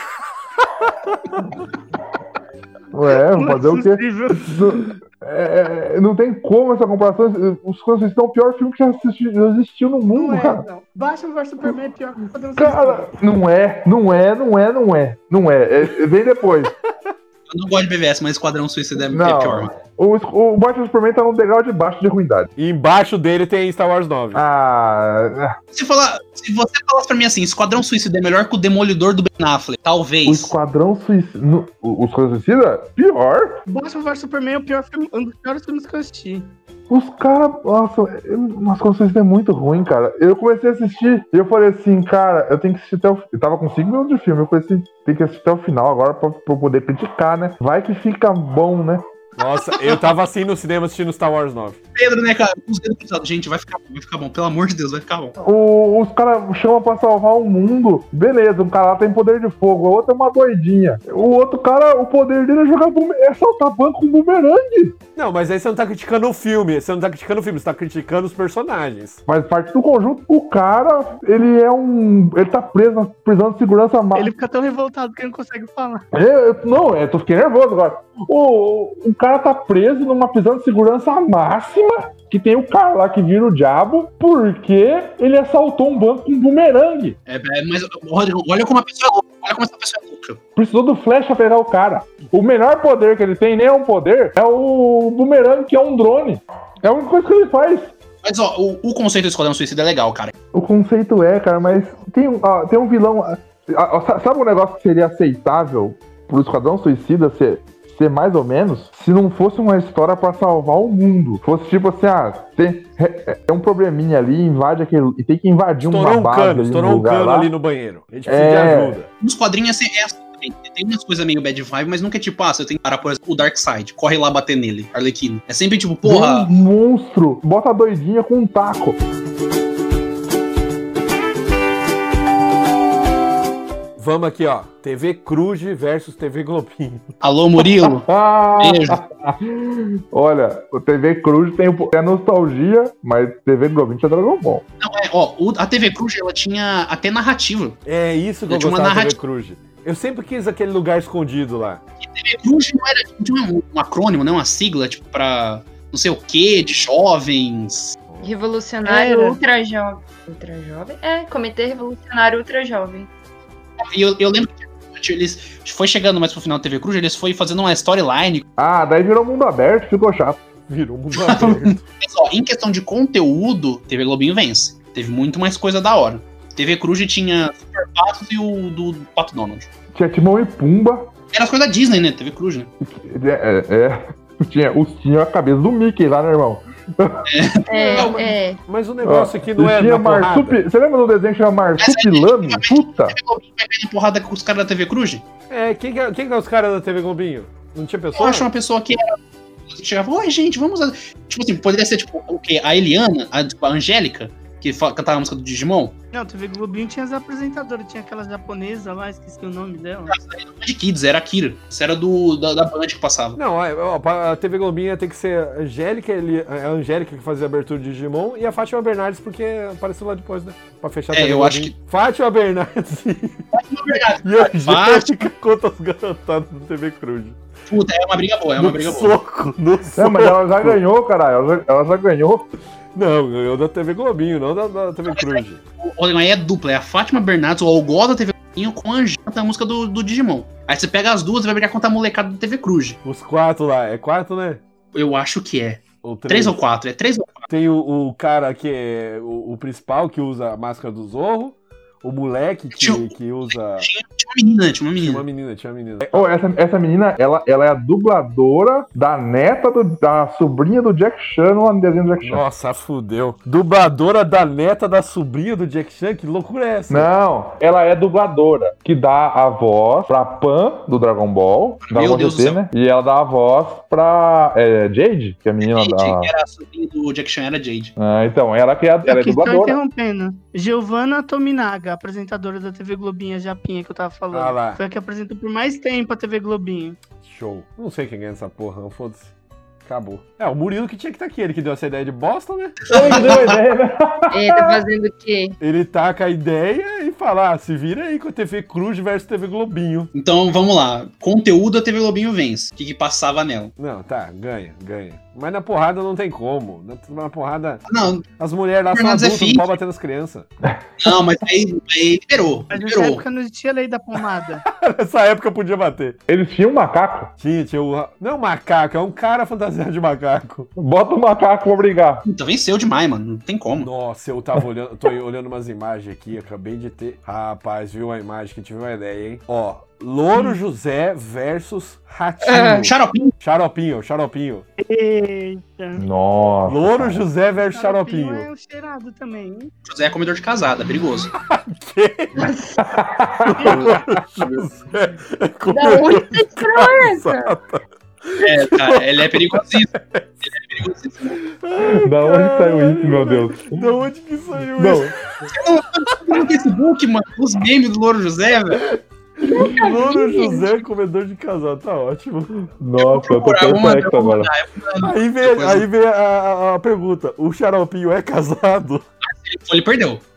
Ué,
não
fazer
é
o quê?
possível.
Não, é, é, não tem como essa comparação. Os Suicidas é o pior filme que já, assisti, já existiu no
Não
mundo,
é,
cara.
não. Batman vs Superman é pior que Esquadrão Suicida.
Cara, não é, não é, não é, não é. Não é. é- é- vem depois.
Eu não gosto de BVS, mas Esquadrão Suicida é, é
Não.
pior, mano.
O, o Batman Superman tá num degrau de baixo de ruindade.
E embaixo dele tem Star Wars 9.
Ah,
Se, falar, se você falasse pra mim assim, Esquadrão Suicida é melhor que o Demolidor do Ben Affleck,
o
talvez.
Esquadrão Suicida. no- O, o Esquadrão Suicida? Pior.
Batman vs Superman é o pior filme, um dos piores filmes que eu assisti.
Os caras. Nossa, eu- nossa, o Esquadrão Suicida é muito ruim, cara. Eu comecei a assistir e eu falei assim, cara, eu tenho que assistir até o. Eu tava com 5 minutos de filme, eu falei assim, tem que assistir até o final agora pra, pra eu poder criticar, né? Vai que fica bom, né?
Nossa, eu tava assim no cinema assistindo Star Wars 9.
Pedro, né, cara? Com os dedos cruzados. Gente, vai ficar bom, vai ficar bom. Pelo amor de Deus, vai ficar bom.
O- os caras chamam pra salvar o mundo. Beleza, um cara lá tem poder de fogo, o outro é uma doidinha. O outro cara, o poder dele é jogar bume- é saltar banco com bumerangue.
Não, mas aí você não tá criticando o filme. Você não tá criticando o filme, você tá criticando os personagens.
Faz parte do conjunto. O cara, ele é um. Ele tá preso na prisão de segurança má.
Ele fica tão revoltado que ele não consegue falar.
Eu, eu- não, eu tô fiquei nervoso agora. O, o cara tá preso numa prisão de segurança máxima. Que tem o cara lá que vira o diabo. Porque ele assaltou um banco com bumerangue.
É, é, mas, Rodrigo, olha como a pessoa é louca. Olha como essa pessoa é louca.
Precisou do Flash pra pegar o cara. O melhor poder que ele tem, nem é um poder, é o bumerangue, que é um drone. É a única coisa que ele faz.
Mas, ó, o, o conceito do Esquadrão Suicida é legal, cara.
O conceito é, cara, mas tem, um- ó, tem um vilão. ó, ó, sa- sabe um negócio que seria aceitável pro Esquadrão Suicida ser, ser mais ou menos? Se não fosse uma história pra salvar o mundo. Fosse tipo assim, ah, tem, é, é um probleminha ali, invade aquele. E tem que invadir um
Estourou um
babado
cano,
ali no
estourou um
lugar
cano
lá.
ali no banheiro. A gente precisa
É.
de ajuda.
Nos quadrinhos é essa também. Tem umas coisas meio bad vibe, mas nunca é tipo, ah, você tem que parar, por exemplo, o Darkseid. Corre lá bater nele, Arlequino. É sempre tipo, porra,
Vem Um monstro, bota a doidinha com um taco.
Vamos aqui, ó. TV Cruz versus TV Globinho.
alô Murilo.
Ah!
Beijo.
Olha, o TV Cruz tem um- é nostalgia, mas TV Globinho é Dragon Ball.
Não, é, ó, o- a TV Cruz, ela tinha até narrativa.
É isso que eu,
Eu tinha
gostava da
uma
TV
narrativa.
Cruz. Eu sempre quis aquele lugar escondido lá.
TV Cruz não era tipo, tinha um, um acrônimo, né? Uma sigla, tipo, pra não sei o quê, de jovens.
Revolucionário
Era.
É, Ultra Jovem. Ultra Jovem? É, Comitê Revolucionário Ultra Jovem.
E eu, eu lembro que eles foi chegando mais pro final da TV Cruz, eles foi fazendo uma storyline.
Ah, daí virou mundo aberto, ficou chato.
Virou um mundo aberto.
Mas, ó, em questão de conteúdo, TV Globinho vence. Teve muito mais coisa da hora. TV Cruz tinha Super Patos e o do Pato Donald.
Tinha Timão e Pumba.
Era as coisas da Disney, né? TV Cruz, né?
É, é, é. Tinha, os- tinha a cabeça do Mickey lá, né, irmão?
Não, mas-
É, é.
Mas o negócio aqui não
E
é na
tinha
porrada.
Marsupi- Você lembra do desenho que chama Marsupilami? Puta!
TV Globinho vai cair na porrada com os caras da TV Cruz?
É, quem que é, quem que é os caras da TV Globinho? Não tinha
Eu
pessoa?
acho uma pessoa que era. que Chegava, oi, gente, vamos. a-" Tipo assim, poderia ser tipo o quê? A Eliana, a, tipo, a Angélica, que fa- cantava a música do Digimon.
Não, TV Globinho tinha as apresentadoras, tinha aquela japonesa lá, esqueci o nome dela.
Não era de Kids, era a Kira. Isso era do, da, da Band que passava.
Não, ó, ó, pra- a TV Globinha tem que ser a Angélica, ele- a Angélica que fazia a abertura de Digimon e a Fátima Bernardes, porque apareceu lá depois, né? Pra fechar a
É,
TV
eu acho
Globinho. Fátima Bernardes e
Na verdade,
a Angélica contra as garotadas do TV Cruz.
puta, é uma briga boa, é uma
no
briga boa.
soco, no soco.
Não, É, mas ela já ganhou, caralho. Ela já, ela já ganhou.
Não, ganhou da TV Globinho, não da, da TV Cruz.
Olha, aí é dupla, é a Fátima Bernardes, o Algol da TV Globinho com a Angélica da música do, do Digimon. Aí você pega as duas e vai brigar contra a molecada da TV Cruz.
Os quatro lá, é quatro, né?
Eu acho que é.
Ou
Três ou quatro, é três ou quatro.
Tem o, o cara que é o, o principal, que usa a máscara do Zorro. O moleque que,
Tio.
que usa.
Tinha, tinha uma menina, né? tinha uma
Tinha
menina.
uma menina, tinha uma menina.
Ô, essa, essa menina, ela, ela é a dubladora da neta do- da sobrinha do Jack Chan lá no desenho do Jack Chan.
Nossa, fudeu. Dubladora da neta da sobrinha do Jack Chan, que loucura é essa?
Não, ela é dubladora, que dá a voz pra Pan do Dragon Ball,
Meu
Dragon
Deus do
GT,
céu.
né? E ela dá a voz pra é, Jade, que é a menina
Jade,
da.
que era a sobrinha do Jack Chan, era a Jade.
Ah, então, ela que é, ela é
Aqui, só
dubladora.
interrompendo. Giovanna Tominaga, apresentadora da TV Globinha Japinha que eu tava falando.
Ah lá.
Foi a que apresentou por mais tempo a TV Globinho.
Show. Não sei quem ganha essa porra, não, foda-se. Acabou. É, o Murilo que tinha que estar aqui, ele que deu essa ideia de bosta, né?
Ele que deu a ideia, né?
É, tá fazendo o quê?
Ele tá com a ideia e falar, se vira aí com a TV Cruz versus TV Globinho.
Então vamos lá. Conteúdo a TV Globinho vence. O que, que passava nela?
Não, tá, ganha, ganha. Mas na porrada não tem como. Na, na porrada,
Ah, Não,
as mulheres lá são
Fernandes é
adultas, não
fit.
pode bater nas crianças.
não, mas aí, aí liberou.
Mas nessa
Liberou.
época não existia lei da pomada.
Nessa época podia bater.
Eles tinham um macaco?
Tinha, tinha o... Não é um macaco, é um cara fantasiado de macaco.
Bota o macaco pra brigar.
Então venceu demais, mano. Não tem como.
Nossa, eu tava olhando, tô olhando umas imagens aqui, acabei de ter. Rapaz, viu uma imagem que tive uma ideia, hein? Ó, Louro José versus Ratinho.
Xaropinho.
Xaropinho, Xaropinho.
Eita.
Nossa.
Louro José versus Xaropinho.
é um cheirado também. hein?
José é comedor de casada, perigoso.
José é
é Da
comedor
onde você tirou essa?
casado.
É, cara, ele é perigosíssimo. Ele é perigosíssimo.
Da onde saiu isso, meu Deus?
Da onde que saiu
Não,
No Facebook, mano, os memes do Louro José, velho.
isso? Louro José, é comedor de casal, tá ótimo.
nossa, eu tô
Procurar, vou mandar,
perplexo
vou
agora.
mandar.
Aí vem,
Depois-
aí vem a, a- a pergunta: o Xaropinho é casado?
Se ele for, ele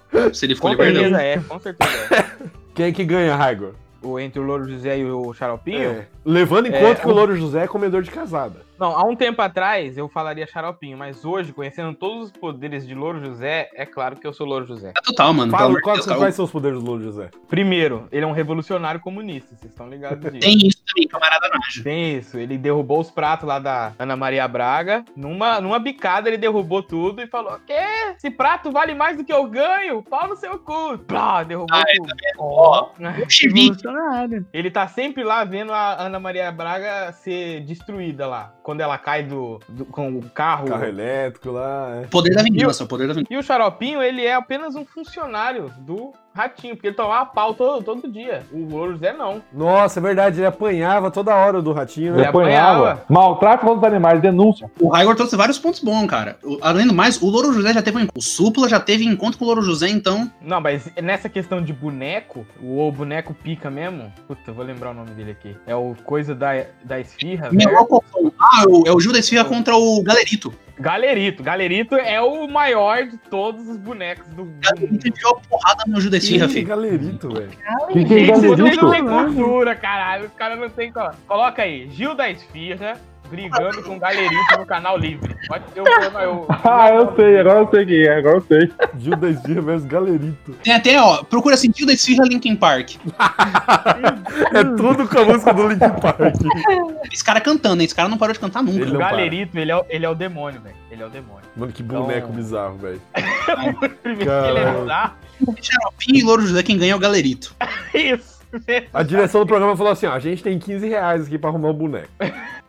perdeu. Se ele for,
Com
ele perdeu.
certeza é, com certeza é.
Quem é que ganha, Raigor?
O, entre o Louro José e o Xaropinho?
É. Levando em
É,
conta que o
um-
Louro José é comedor de casada.
Não, há um tempo atrás eu falaria xaropinho, mas hoje, conhecendo todos os poderes de Louro José, é claro que eu sou Louro José.
É total, mano. pelo
Fala,
amor de
quais,
Deus, cara.
quais são os poderes do Louro José?
Primeiro, ele é um revolucionário comunista, vocês estão ligados disso.
Tem isso também, camarada Naja.
Tem isso, ele derrubou os pratos lá da Ana Maria Braga. Numa, numa bicada, ele derrubou tudo e falou: Quê? Esse prato vale mais do que eu ganho? Pau no seu cu! Plá, derrubou
Ah, é
tudo.
Ó, bolchevique.
Revolucionário.
Ele tá sempre lá vendo a Ana Maria Braga ser destruída lá. Quando ela cai do, do- com o carro.
Carro elétrico lá. é.
Poder da vingança, o poder da vingança.
E o Xaropinho, ele é apenas um funcionário do Ratinho, porque ele tomava pau todo, todo dia. O Louro José não.
Nossa, é verdade, ele apanhava toda hora do ratinho,
Ele
né?
Ele
apanhava.
apanhava.
Maltrato contra os animais, denúncia.
O Raigor trouxe vários pontos bons, cara. O- além do mais, o Louro José já teve um encontro. O Supla já teve encontro com o Louro José, então.
Não, mas nessa questão de boneco, o, o boneco pica mesmo. Puta, eu vou lembrar o nome dele aqui. É o coisa da, da esfirra.
Meu,
velho.
qual que é o- Ah, é o- é o Gil da Esfirra contra o Galerito.
Galerito. Galerito é o maior de todos os bonecos do mundo.
Galerito enfiou a porrada no Gil da Esfirra,
Ih,
filho.
galerito, velho.
Que que é
Gente, vocês não
galerito?
tem cultura, caralho. Os caras não tem. co- Coloca aí, Gil da Esfirra brigando com Galerito no canal livre. Pode eu, eu, eu-
Ah, eu sei, agora eu sei quem é, agora eu sei.
Gil das Dias versus galerito.
Tem até, ó, procura assim, Gil da Esfirra Linkin Park.
É tudo com a música do Link Park.
Esse cara cantando, hein? Esse cara não parou de cantar nunca.
Ele
O
não para.
Galerito, ele é, o- ele é o demônio, velho. Ele é o demônio.
Mano, que boneco
Então-
bizarro, velho.
Primeiro que ele é
Caralho.
bizarro.
Xaropinho e Louro José, quem ganha é o Galerito.
Isso. né?
A direção do programa falou assim: ó, a gente tem 15 reais aqui pra arrumar um boneco.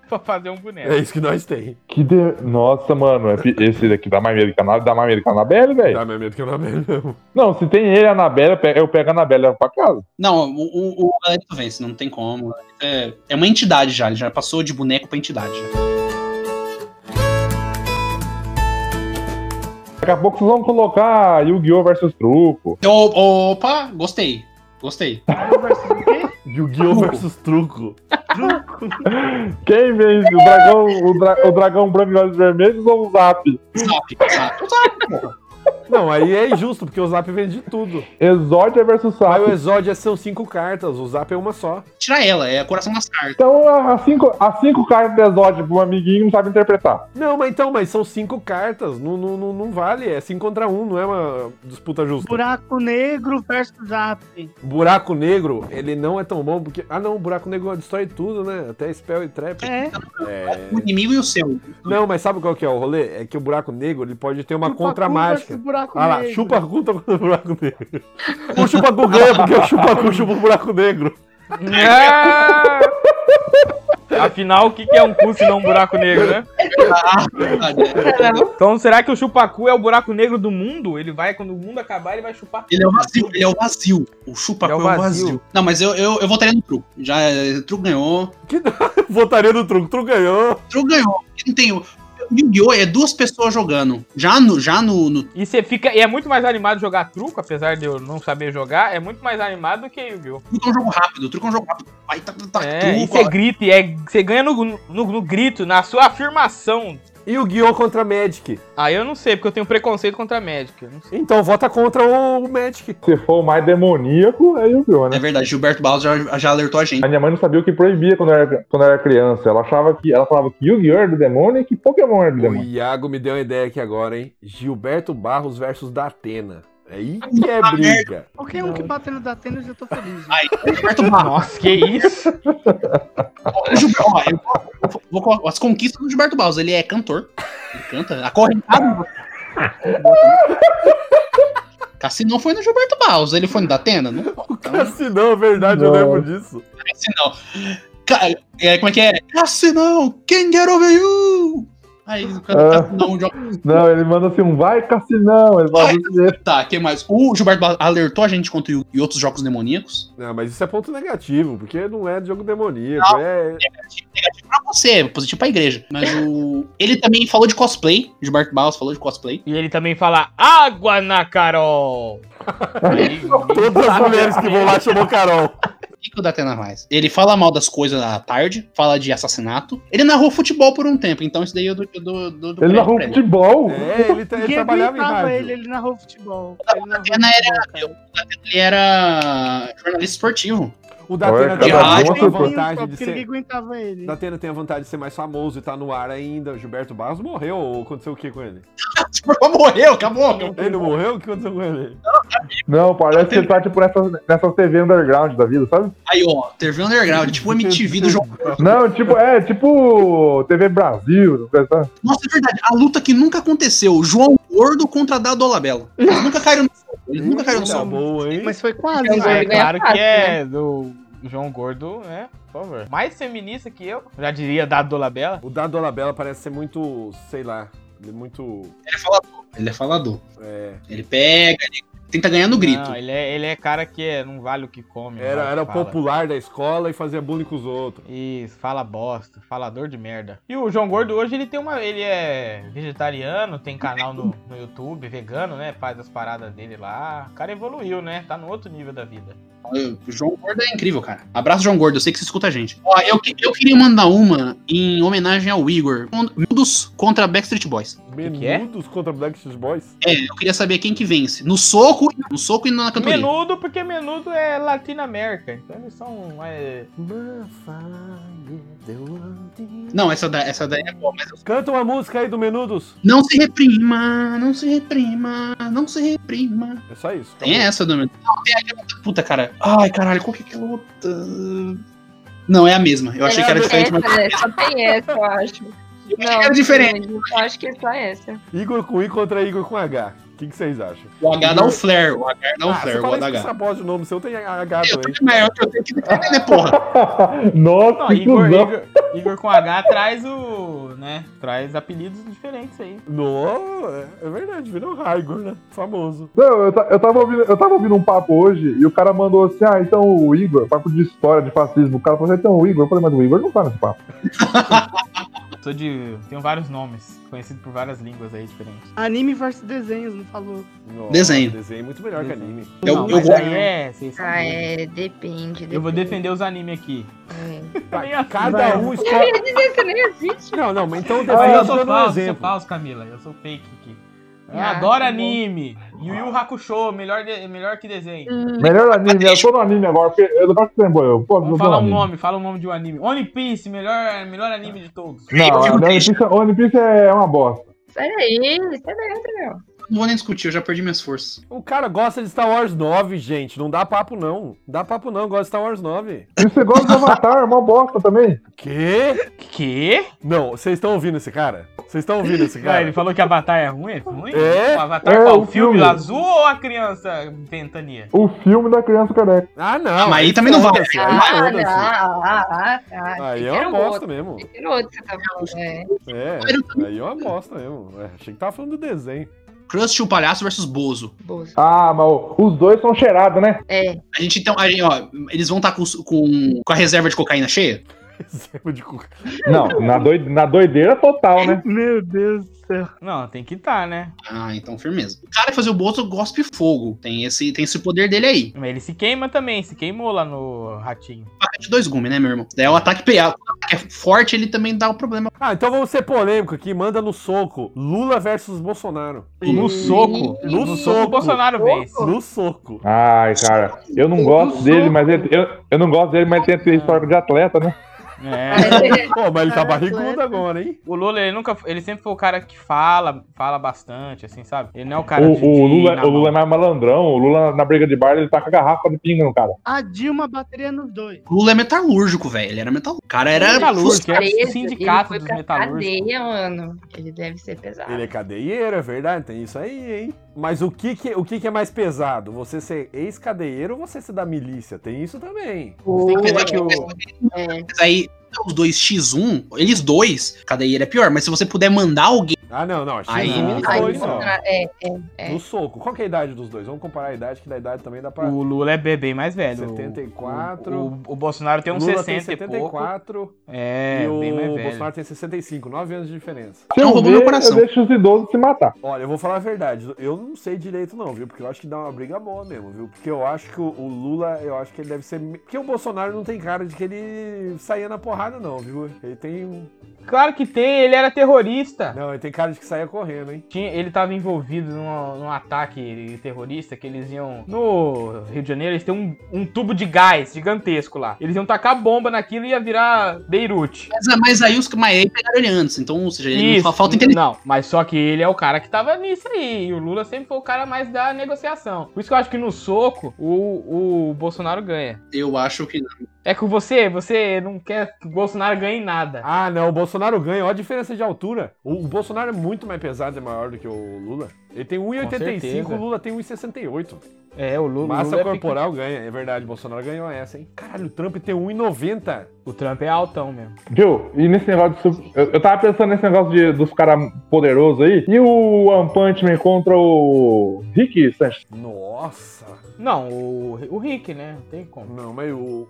pra fazer um
É
boneco.
isso que nós tem.
Que de... Nossa, mano, é pi- esse daqui dá mais medo que a Ana- dá mais medo que a Anabelle, velho.
Dá meu medo que eu não mesmo.
Não, se tem ele e a Anabelle, eu pego- eu pego a Anabelle e levo pra casa.
Não, o, o, o Galerito vence, não tem como. É, é uma entidade já, ele já passou de boneco pra entidade. já.
Daqui a pouco vocês vão colocar Yu-Gi-Oh! versus Truco.
Então, O- opa, gostei. Gostei.
É.
Mario versus o quê?
Yu-Gi-Oh! versus Truco.
Truco.
Quem vence? O dragão, o, dra- o dragão branco e olhos vermelhos ou o Zap?
Zap, zap. Zap, porra.
Não, aí é injusto, porque o Zap vende tudo.
Exódia versus
Aí o
Zap.
Exódia são cinco cartas, o Zap é uma só.
Tira ela, é coração das cartas.
Então, as cinco, as cinco cartas do Exódia pro amiguinho não sabe interpretar.
Não, mas então, mas são cinco cartas, não, não, não, não vale, é cinco contra um, não é uma disputa justa.
Buraco negro versus zap.
Buraco Negro, ele não é tão bom, porque... Ah não, Buraco Negro destrói tudo, né? Até Spell e Trap.
É.
É.
O inimigo e o seu.
Não, mas sabe qual que é o rolê? É que o Buraco Negro, ele pode ter uma
Chupa cu
contra-mágica.
versus Buraco
Ah lá,
negro.
chupa cu, tá contra o buraco negro. O chupa cu ganha, porque o chupa cu chupa o buraco negro.
Ah! Afinal, o que que é um cu se não um buraco negro, né? Então, será que o chupacu é o buraco negro do mundo? Ele vai, quando o mundo acabar, ele vai chupar.
Ele é o vazio, ele é o vazio. O chupa
Ele é o
cu é o
vazio.
vazio. Não, mas eu, eu, eu votaria no truco. Já, é, truco ganhou.
Votaria no truco, truco ganhou.
Truco ganhou. Não tem. o- Yu-Gi-Oh! é duas pessoas jogando. Já no, já no, no
E você fica. E é muito mais animado jogar truco, apesar de eu não saber jogar, é muito mais animado do que Yu-Gi-Oh!
truco é um jogo rápido, truco é um jogo rápido. Vai, tá, tá,
É, e
truco,
você grita, e é, você ganha no, no, no grito, na sua afirmação.
E o Guion contra Magic.
Aí eu não sei, porque eu tenho preconceito contra a Magic. Eu não sei.
Então vota contra o Magic.
Se for o mais demoníaco, aí o pior, né?
É verdade, Gilberto Barros já, já alertou a gente.
A minha mãe não sabia o que proibia quando eu era, quando eu era criança. Ela achava que. Ela falava que Yu-Gi-Oh! era do demônio e que Pokémon era do
O
demônio.
Iago me deu uma ideia aqui agora, hein? Gilberto Barros versus Datena. Aí que é briga.
Qualquer um que bater no Datena, eu já tô feliz.
Ai, Gilberto Barros.
Nossa, que isso?
Ó, Gilberto- ó, eu vou- vou colocar as conquistas do Gilberto Barros. Ele é cantor. Ele canta. Acorrentado. Cassinão foi no Gilberto Barros. Ele foi no Datena? Não então,
Se não, é verdade, eu
Não.
lembro disso.
Cassinão. Ca- é, como é que é? Cassinão, quem get over you? Aí o cara
Ah.
Cassinão joga.
Não, ele manda assim um vai, Cassinão. Ele fala
Vai,
desse jeito.
Tá, que mais? O Gilberto Barros alertou a gente contra Yu- e outros jogos demoníacos.
Não, mas isso é ponto negativo, porque não é jogo demoníaco. É...
Negativo pra você, é positivo pra igreja. Mas o. Ele também falou de cosplay. Gilberto Barros falou de cosplay.
E ele também fala água na Carol. Aí,
Todas as mulheres que vão lá chamou Carol.
O que que o Datena mais? Ele fala mal das coisas à tarde, fala de assassinato. Ele narrou futebol por um tempo, então isso daí eu dou. eu dou- dou- dou
Ele
crédito
narrou
pra
um futebol.
É, ele, tra- ele
Ninguém
trabalhava em
aguentava
rádio.
ele, ele narrou futebol. Ele
O
narrou
Datena
futebol, cara.
era, o Datena, ele era jornalista esportivo.
O Datena
Olha,
tem
cada
a
um
boa
Ele vinha,
vantagem de
porque ninguém
ser...
aguentava ele.
Datena tem a vantagem de ser mais famoso e tá no ar ainda. O Gilberto Barros morreu. Ou aconteceu o que com ele?
morreu, acabou.
Ele não morreu? O que aconteceu com ele?
Não, parece que ele tá tipo nessas, nessas TV underground da vida, sabe?
Aí, ó, TV Underground, tipo o MTV do jogo.
Ah.
Não, tipo, é tipo TV Brasil, coisa assim.
Nossa, é verdade, a luta que nunca aconteceu: João Gordo contra Dado Olabella. Eles nunca caíram no sol. Eles nunca um caíram no
é
Tá
sol.
boa, hein?
Mas foi quase,
Então,
velho.
é
Gordo ganha
claro que
fácil,
é do João Gordo, né? Por favor. Mais feminista que eu. Já diria da Dolabella.
O Dado Dolabella parece ser muito, sei lá, ele é muito...
Ele é falador. Ele é falador.
é,
Ele pega, ele tenta ganhar no
Ah,
grito.
Não, ele é, ele é cara que é- não vale o que come. não
era
vale o
era o
que fala.
popular da escola e fazia bullying com os outros.
Isso, fala bosta, falador de merda. E o João Gordo hoje ele tem uma. Ele é vegetariano, tem canal no, no YouTube, vegano, né? Faz as paradas dele lá. O cara evoluiu, né? Tá no outro nível da vida.
Eu- O João Gordo é incrível, cara. Abraço, João Gordo. Eu sei que você escuta a gente. Ó, eu, que- eu queria mandar uma em homenagem ao Igor. Miúdos contra Backstreet Boys.
que é?
Menudos contra Black X Boys.
É, eu queria saber quem que vence. No soco, no soco e na cantoria.
Menudo, porque menudo é Latinoamérica. Então eles são. é,
Não, essa, da, essa daí é boa, mas... eu-
Canta uma música aí do Menudos.
Não se reprima, não se reprima, não se reprima.
É só isso.
Tem
acabou.
essa, Domingo? Não, tem aquela... Puta, cara. Tá Ai, caralho, qual que é aquela outra? Não, é a mesma. Eu achei que era diferente, mas...
Essa, né? Só tem essa, eu acho.
Eu achei que era diferente.
Eu acho que é só essa.
Igor com I contra Igor com H. O que que vocês acham?
O H dá o flare, o H dá o
ah,
flare,
você
eu gosto
fala
da
isso que
um H.
essa bosta de nome seu tem H
Eu
também.
também, mas eu tenho que defender, porra.
Nossa,
Não,
que
Igor,
cuzão.
Igor, Igor com H traz o. né? Traz apelidos diferentes aí.
No, é verdade, virou Raigor, né? Famoso.
Não, eu, ta- eu, tava ouvindo, eu tava ouvindo um papo hoje e o cara mandou assim: ah, então o Igor, papo de história, de fascismo. O cara falou assim: então o Igor. Eu falei, mas o Igor não tá nesse papo.
Sou de. Tenho vários nomes, conhecido por várias línguas aí diferentes.
Anime versus desenhos, não falou.
Nossa,
Desenho.
Desenho é muito melhor que
Desenho.
anime.
Eu,
Não,
eu
mas
gosto.
aí é, vocês são
Ah,
doidos.
é, depende. É.
Eu vou defender os animes aqui.
Tá, Cada um
Eu
escolhe.
ia dizer que nem existe.
Não, não, mas então o
Mas
desenho
eu
eu tô
sou
dando um
falso, eu sou
exemplo.
falso, Camila. Eu sou fake aqui. Eu
Ah,
adoro
tá bom.
anime. Yu Yu Hakusho, melhor, de- melhor que desenho.
Hum.
Melhor anime, eu tô no anime agora, porque eu não gosto de Trembo, eu. Pô,
Vamos
eu tô no
falar um
anime.
nome, fala um nome de um anime. One Piece, melhor, melhor anime de todos.
Não, a One Piece- a One Piece é uma bosta.
Sai daí, sai dentro, meu.
Não vou nem discutir, eu já perdi minhas forças.
O cara gosta de Star Wars 9, gente. Não dá papo, não. Não dá papo, não. Gosta de Star Wars 9.
E você gosta de Avatar, é uma bosta também.
Quê?
Que?
Não, vocês estão ouvindo esse cara? Vocês estão ouvindo esse
Cara, ele
cara?
falou que Avatar é ruim? É ruim?
É?
O Avatar
É,
qual?
o
O filme,
filme.
azul ou a criança ventania?
O filme da criança careca.
Ah, não.
Mas aí também não vale.
É um
foda-se, aí
Ah,
assim.
foda-se.
ah, ah, ah.
Aí
Achei
é
que era
uma
o outro.
bosta mesmo.
Achei que era o outro que você tá falando, é.
É, aí é uma bosta mesmo. É, achei que tava falando do desenho.
Crust, o palhaço versus Bozo.
Bozo.
Ah, mas o- os dois são cheirados, né?
É,
A gente então. A gente, ó, eles vão estar com, os- com, com a reserva de cocaína cheia?
Desenho de cu-
Não, na, doide- na doideira total, né?
Meu Deus do céu.
Não, tem que estar, né?
Ah, então firmeza. O cara que fazia o Boto gospe fogo. Tem esse, tem esse poder dele aí.
Mas ele se queima também, se queimou lá no ratinho.
Faca de dois gumes, né, meu irmão? Daí o ataque PA. Quando o ataque é forte, ele também dá o problema.
Ah, então vamos ser polêmico aqui. Manda no soco. Lula versus Bolsonaro.
No soco.
No
soco o
soco.
Bolsonaro vence.
No soco.
Ai, cara, eu não gosto dele, mas ele, eu, eu não gosto dele, mas ele tem esse histórico de atleta, né?
É.
Pô, mas ele tá
Caraca,
barrigudo
essa.
agora, hein?
O Lula, ele nunca. Ele sempre foi o cara que fala, fala bastante, assim, sabe? Ele não é o cara de-
O, o,
de ir
Lula,
na
o Lula é
mão.
mais malandrão, o Lula na briga de bar, ele tá com a garrafa de pinga no cara.
A Dilma bateria nos dois.
Lula é metalúrgico, velho. Ele era metalúrgico. O cara era.
Metalúrgico, é o
Preso,
sindicato
ele foi
dos
pra
metalúrgicos.
Cadeia, mano. Ele deve ser pesado.
Ele é cadeieiro, é verdade, tem isso aí, hein? Mas o que que, o que, que é mais pesado? Você ser ex-cadeieiro ou você ser da milícia? Tem isso também.
Tem que ver
Apesar de
que o-
É.
Mas aí, os dois X1, eles dois, cadeia é pior, mas se você puder mandar alguém.
Ah, não, não.
Aí,
X1
aí,
Aí,
dois, não.
Bolsonaro- é, é.
No soco. Qual que é a idade dos dois? Vamos comparar a idade, que da idade também dá pra...
O Lula é bem mais velho.
74.
O, o, o Bolsonaro tem uns
Lula
60
tem
um e pouco.
74
É,
e o
bem mais velho.
Bolsonaro tem 65, 9 anos de diferença.
Se
Não
eu
roubou
ver,
meu coração.
eu deixo os idosos se matar.
Olha, eu vou falar a verdade. Eu não sei direito não, viu? Porque eu acho que dá uma briga boa mesmo, viu? Porque eu acho que o o Lula, eu acho que ele deve ser... Porque o Bolsonaro não tem cara de que ele saía na porrada não, viu? Ele tem... um,
Claro que tem, ele era terrorista.
Não, ele tem cara de que saía correndo, hein?
Tinha- ele estava envolvido num, num ataque terrorista que eles iam. No Rio de Janeiro, eles têm um, um tubo de gás gigantesco lá. Eles iam tacar bomba naquilo e ia virar Beirute.
Mas, mas aí os mas aí pegaram ele antes. Então, ou seja, ele não fa- falta inteligência.
Não, mas só que ele é o cara que tava nisso aí. E o Lula sempre foi o cara mais da negociação. Por isso que eu acho que no soco o, o Bolsonaro ganha.
Eu acho que não.
É com você, você não quer que o Bolsonaro ganhe nada.
Ah, não, o Bolsonaro ganha. Olha a diferença de altura. O, o Bolsonaro é muito mais pesado e maior do que o Lula. Ele tem
certeza.
1,85, o Lula tem 1,68.
É, o Lula. o
Massa
Lula é
corporal ganha, é verdade. O Bolsonaro ganhou essa, hein? Caralho, o Trump tem 1,90.
pica- O Trump é altão mesmo.
Viu? E nesse negócio de su- eu, eu tava pensando nesse negócio de- dos caras poderosos aí. E o One Punch Man contra o Rick Sanchez?
Nossa!
Não, o, o Rick, né? Não tem como.
Não, mas o.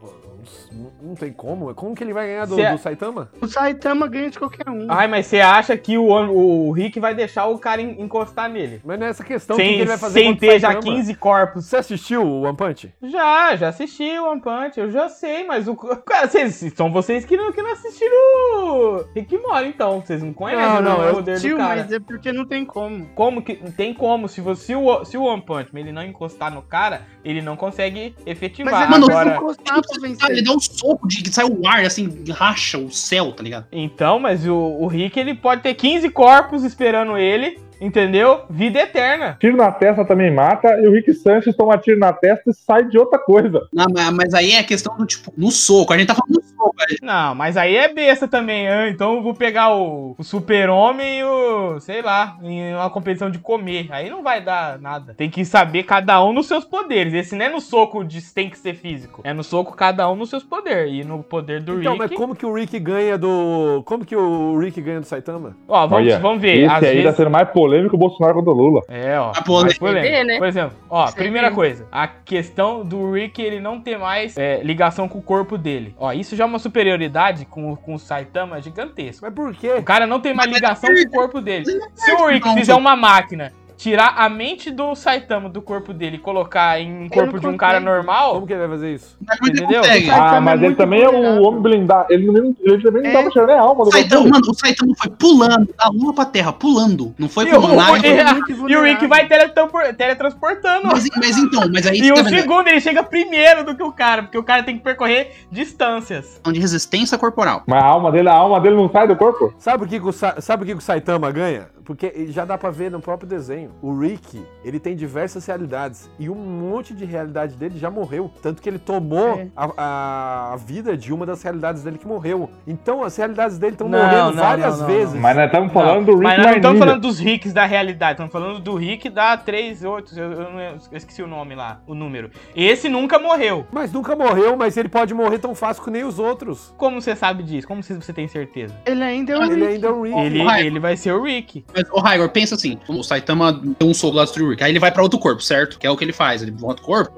Não, não tem como. Como que ele vai ganhar do,
Se é-
do Saitama?
O Saitama ganha de qualquer um.
Ai, mas você acha que o, hom- o Rick vai deixar o cara en- encostar nele? Então,
Mas não é essa questão. o que,
sem
que ele vai fazer
sem
contra o
ter já
Saitama?
15 corpos.
Você assistiu o One Punch?
Já, já assisti o One Punch, eu já sei, mas o. Cara, vocês, são vocês que não, que não assistiram o Rick Mora, então. Vocês não conhecem
Não, não,
o
eu
poder do
Tio,
cara.
mas é porque não tem como.
Como que. Tem como, se, você, se, o, se o One Punch Man, ele não encostar no cara, ele não consegue
Mas
efetivar.
ele não um
Agora,
precisa encostar pra
Ah, ele
vencer.
dá um soco de que sai o ar, assim, racha o céu, tá ligado?
Então, mas o, o Rick, ele pode ter 15 corpos esperando ele, entendeu? Vida eterna.
Tiro na testa também mata. E o Rick Sanchez toma tiro na testa e sai de outra coisa.
Não, ma- mas aí é a questão do tipo, no soco. A gente tá falando do soco. a gente-
Não, mas aí é besta também, hein? então eu vou pegar o, o super-homem e o, sei lá, em uma competição de comer. Aí não vai dar nada. Tem que saber cada um nos seus poderes. Esse não é no soco de tem que ser físico. É no soco cada um nos seus poderes. E no poder do
Então, mas
Rick...
como que o Rick ganha do. Como que o Rick ganha do Saitama?
Ó, vamos,
Olha,
vamos ver.
Esse
Às
aí tá
vezes...
sendo mais polêmico que o Bolsonaro contra o Lula.
É, ó.
A polêmica.
mais polêmica.
É, né?
Por exemplo, ó,
Você
primeira
vê.
coisa, a questão do Rick ele não ter mais é, ligação com o corpo dele. Ó, isso já é uma superioridade com, com o Saitama gigantesca.
Mas por
O
quê?
cara não tem mais
Mas é
ligação com o corpo dele. Se o Rick
não. é
fizer uma máquina, tirar a mente do Saitama do corpo dele e colocar em um corpo de um
consegue.
cara normal,
Como que ele vai fazer isso?
Mas ele
Entendeu?
consegue.
Saitama
Ah,
é
mas ele
muito
também é o
vulnerável.
homem blindado. Ele, não- ele também não
É.
tava tirando nem a alma do
Saitama,
Goku.
mano, o Saitama foi pulando da lua pra terra, pulando. Não foi
E
pro
o-
lá.
é
o- e o Rick
vulnerável.
vai teletranspor- teletransportando.
Mas, mas então, mas aí
E
tá
um
vendo?
segundo ele chega primeiro do que o cara, porque o cara tem que percorrer distâncias.
questão de resistência corporal.
Mas a alma dele, a alma dele não sai do corpo?
Sabe o que, que o Sa- sabe o que, que o Saitama ganha? Porque já dá pra ver no próprio desenho. O Rick, ele tem diversas realidades. E um monte de realidade dele já morreu. Tanto que ele tomou
É.
a- a, a vida de uma das realidades dele que morreu. Então as realidades dele estão
Não,
morrendo
não,
várias
não, não,
vezes.
Mas nós estamos falando do
Mas
Rick
nós não estamos
Ninja.
falando dos Ricks da realidade, estamos falando do Rick da 38, eu, eu não- eu esqueci o nome lá, o número. Esse nunca morreu.
Mas nunca morreu, mas ele pode morrer tão fácil que nem os outros.
Como você sabe disso? Como você- você tem certeza?
Ele ainda é o
Ele
Rick.
ainda é o Rick.
Ele,
Vai.
ele vai ser o Rick.
Mas, ô, Raigor, pensa assim: o Saitama deu um soco lá do Stryker, aí ele vai pra outro corpo, certo? Que é o que ele faz. Ele volta o corpo,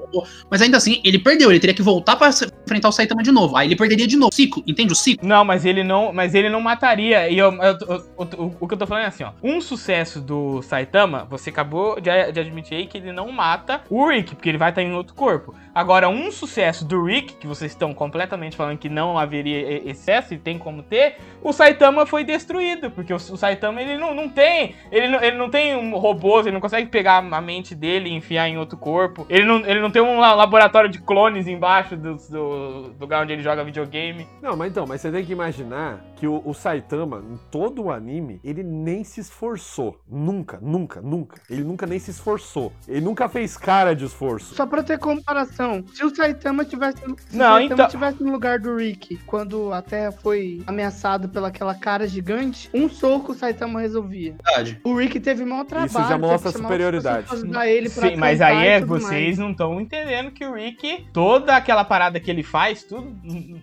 mas ainda assim, ele perdeu. Ele teria que voltar pra se- enfrentar o Saitama de novo. Aí ele perderia de novo. Ciclo, entende o ciclo?
Não, mas ele não, mas ele não mataria. E eu- eu- eu- eu- o que eu tô falando é assim, ó. Um sucesso do Saitama, você acabou de, de admitir aí que ele não mata o Rick, porque ele vai estar em outro corpo. Agora, um sucesso do Rick, que vocês estão completamente falando que não haveria e- excesso e tem como ter, o Saitama foi destruído, porque o, o Saitama ele não, não tem, ele não, ele não tem um robô, ele não consegue pegar a mente dele e enfiar em outro corpo. Ele não, ele não tem um la- laboratório de clones embaixo do, do, do lugar onde ele joga videogame.
Não, mas então, mas você tem que imaginar que o, o Saitama, em todo o anime, ele nem se esforçou. Nunca, nunca, nunca. Ele nunca nem se esforçou. Ele nunca fez cara de
é
esforço.
Só pra ter comparação, se o Saitama tivesse, se
Não,
o Saitama
então-
tivesse no lugar do Rick, quando a Terra foi ameaçada pelaquela cara gigante, um soco o Saitama resolvia.
Verdade.
O Rick teve maior trabalho.
já
teve
mostra
que
a
chamar
superioridade.
outras pessoas pra ele pra
Sim, mas
cantar
aí
e
é,
tudo mais.
vocês não estão entendendo que o Rick, toda aquela parada que ele faz, tudo,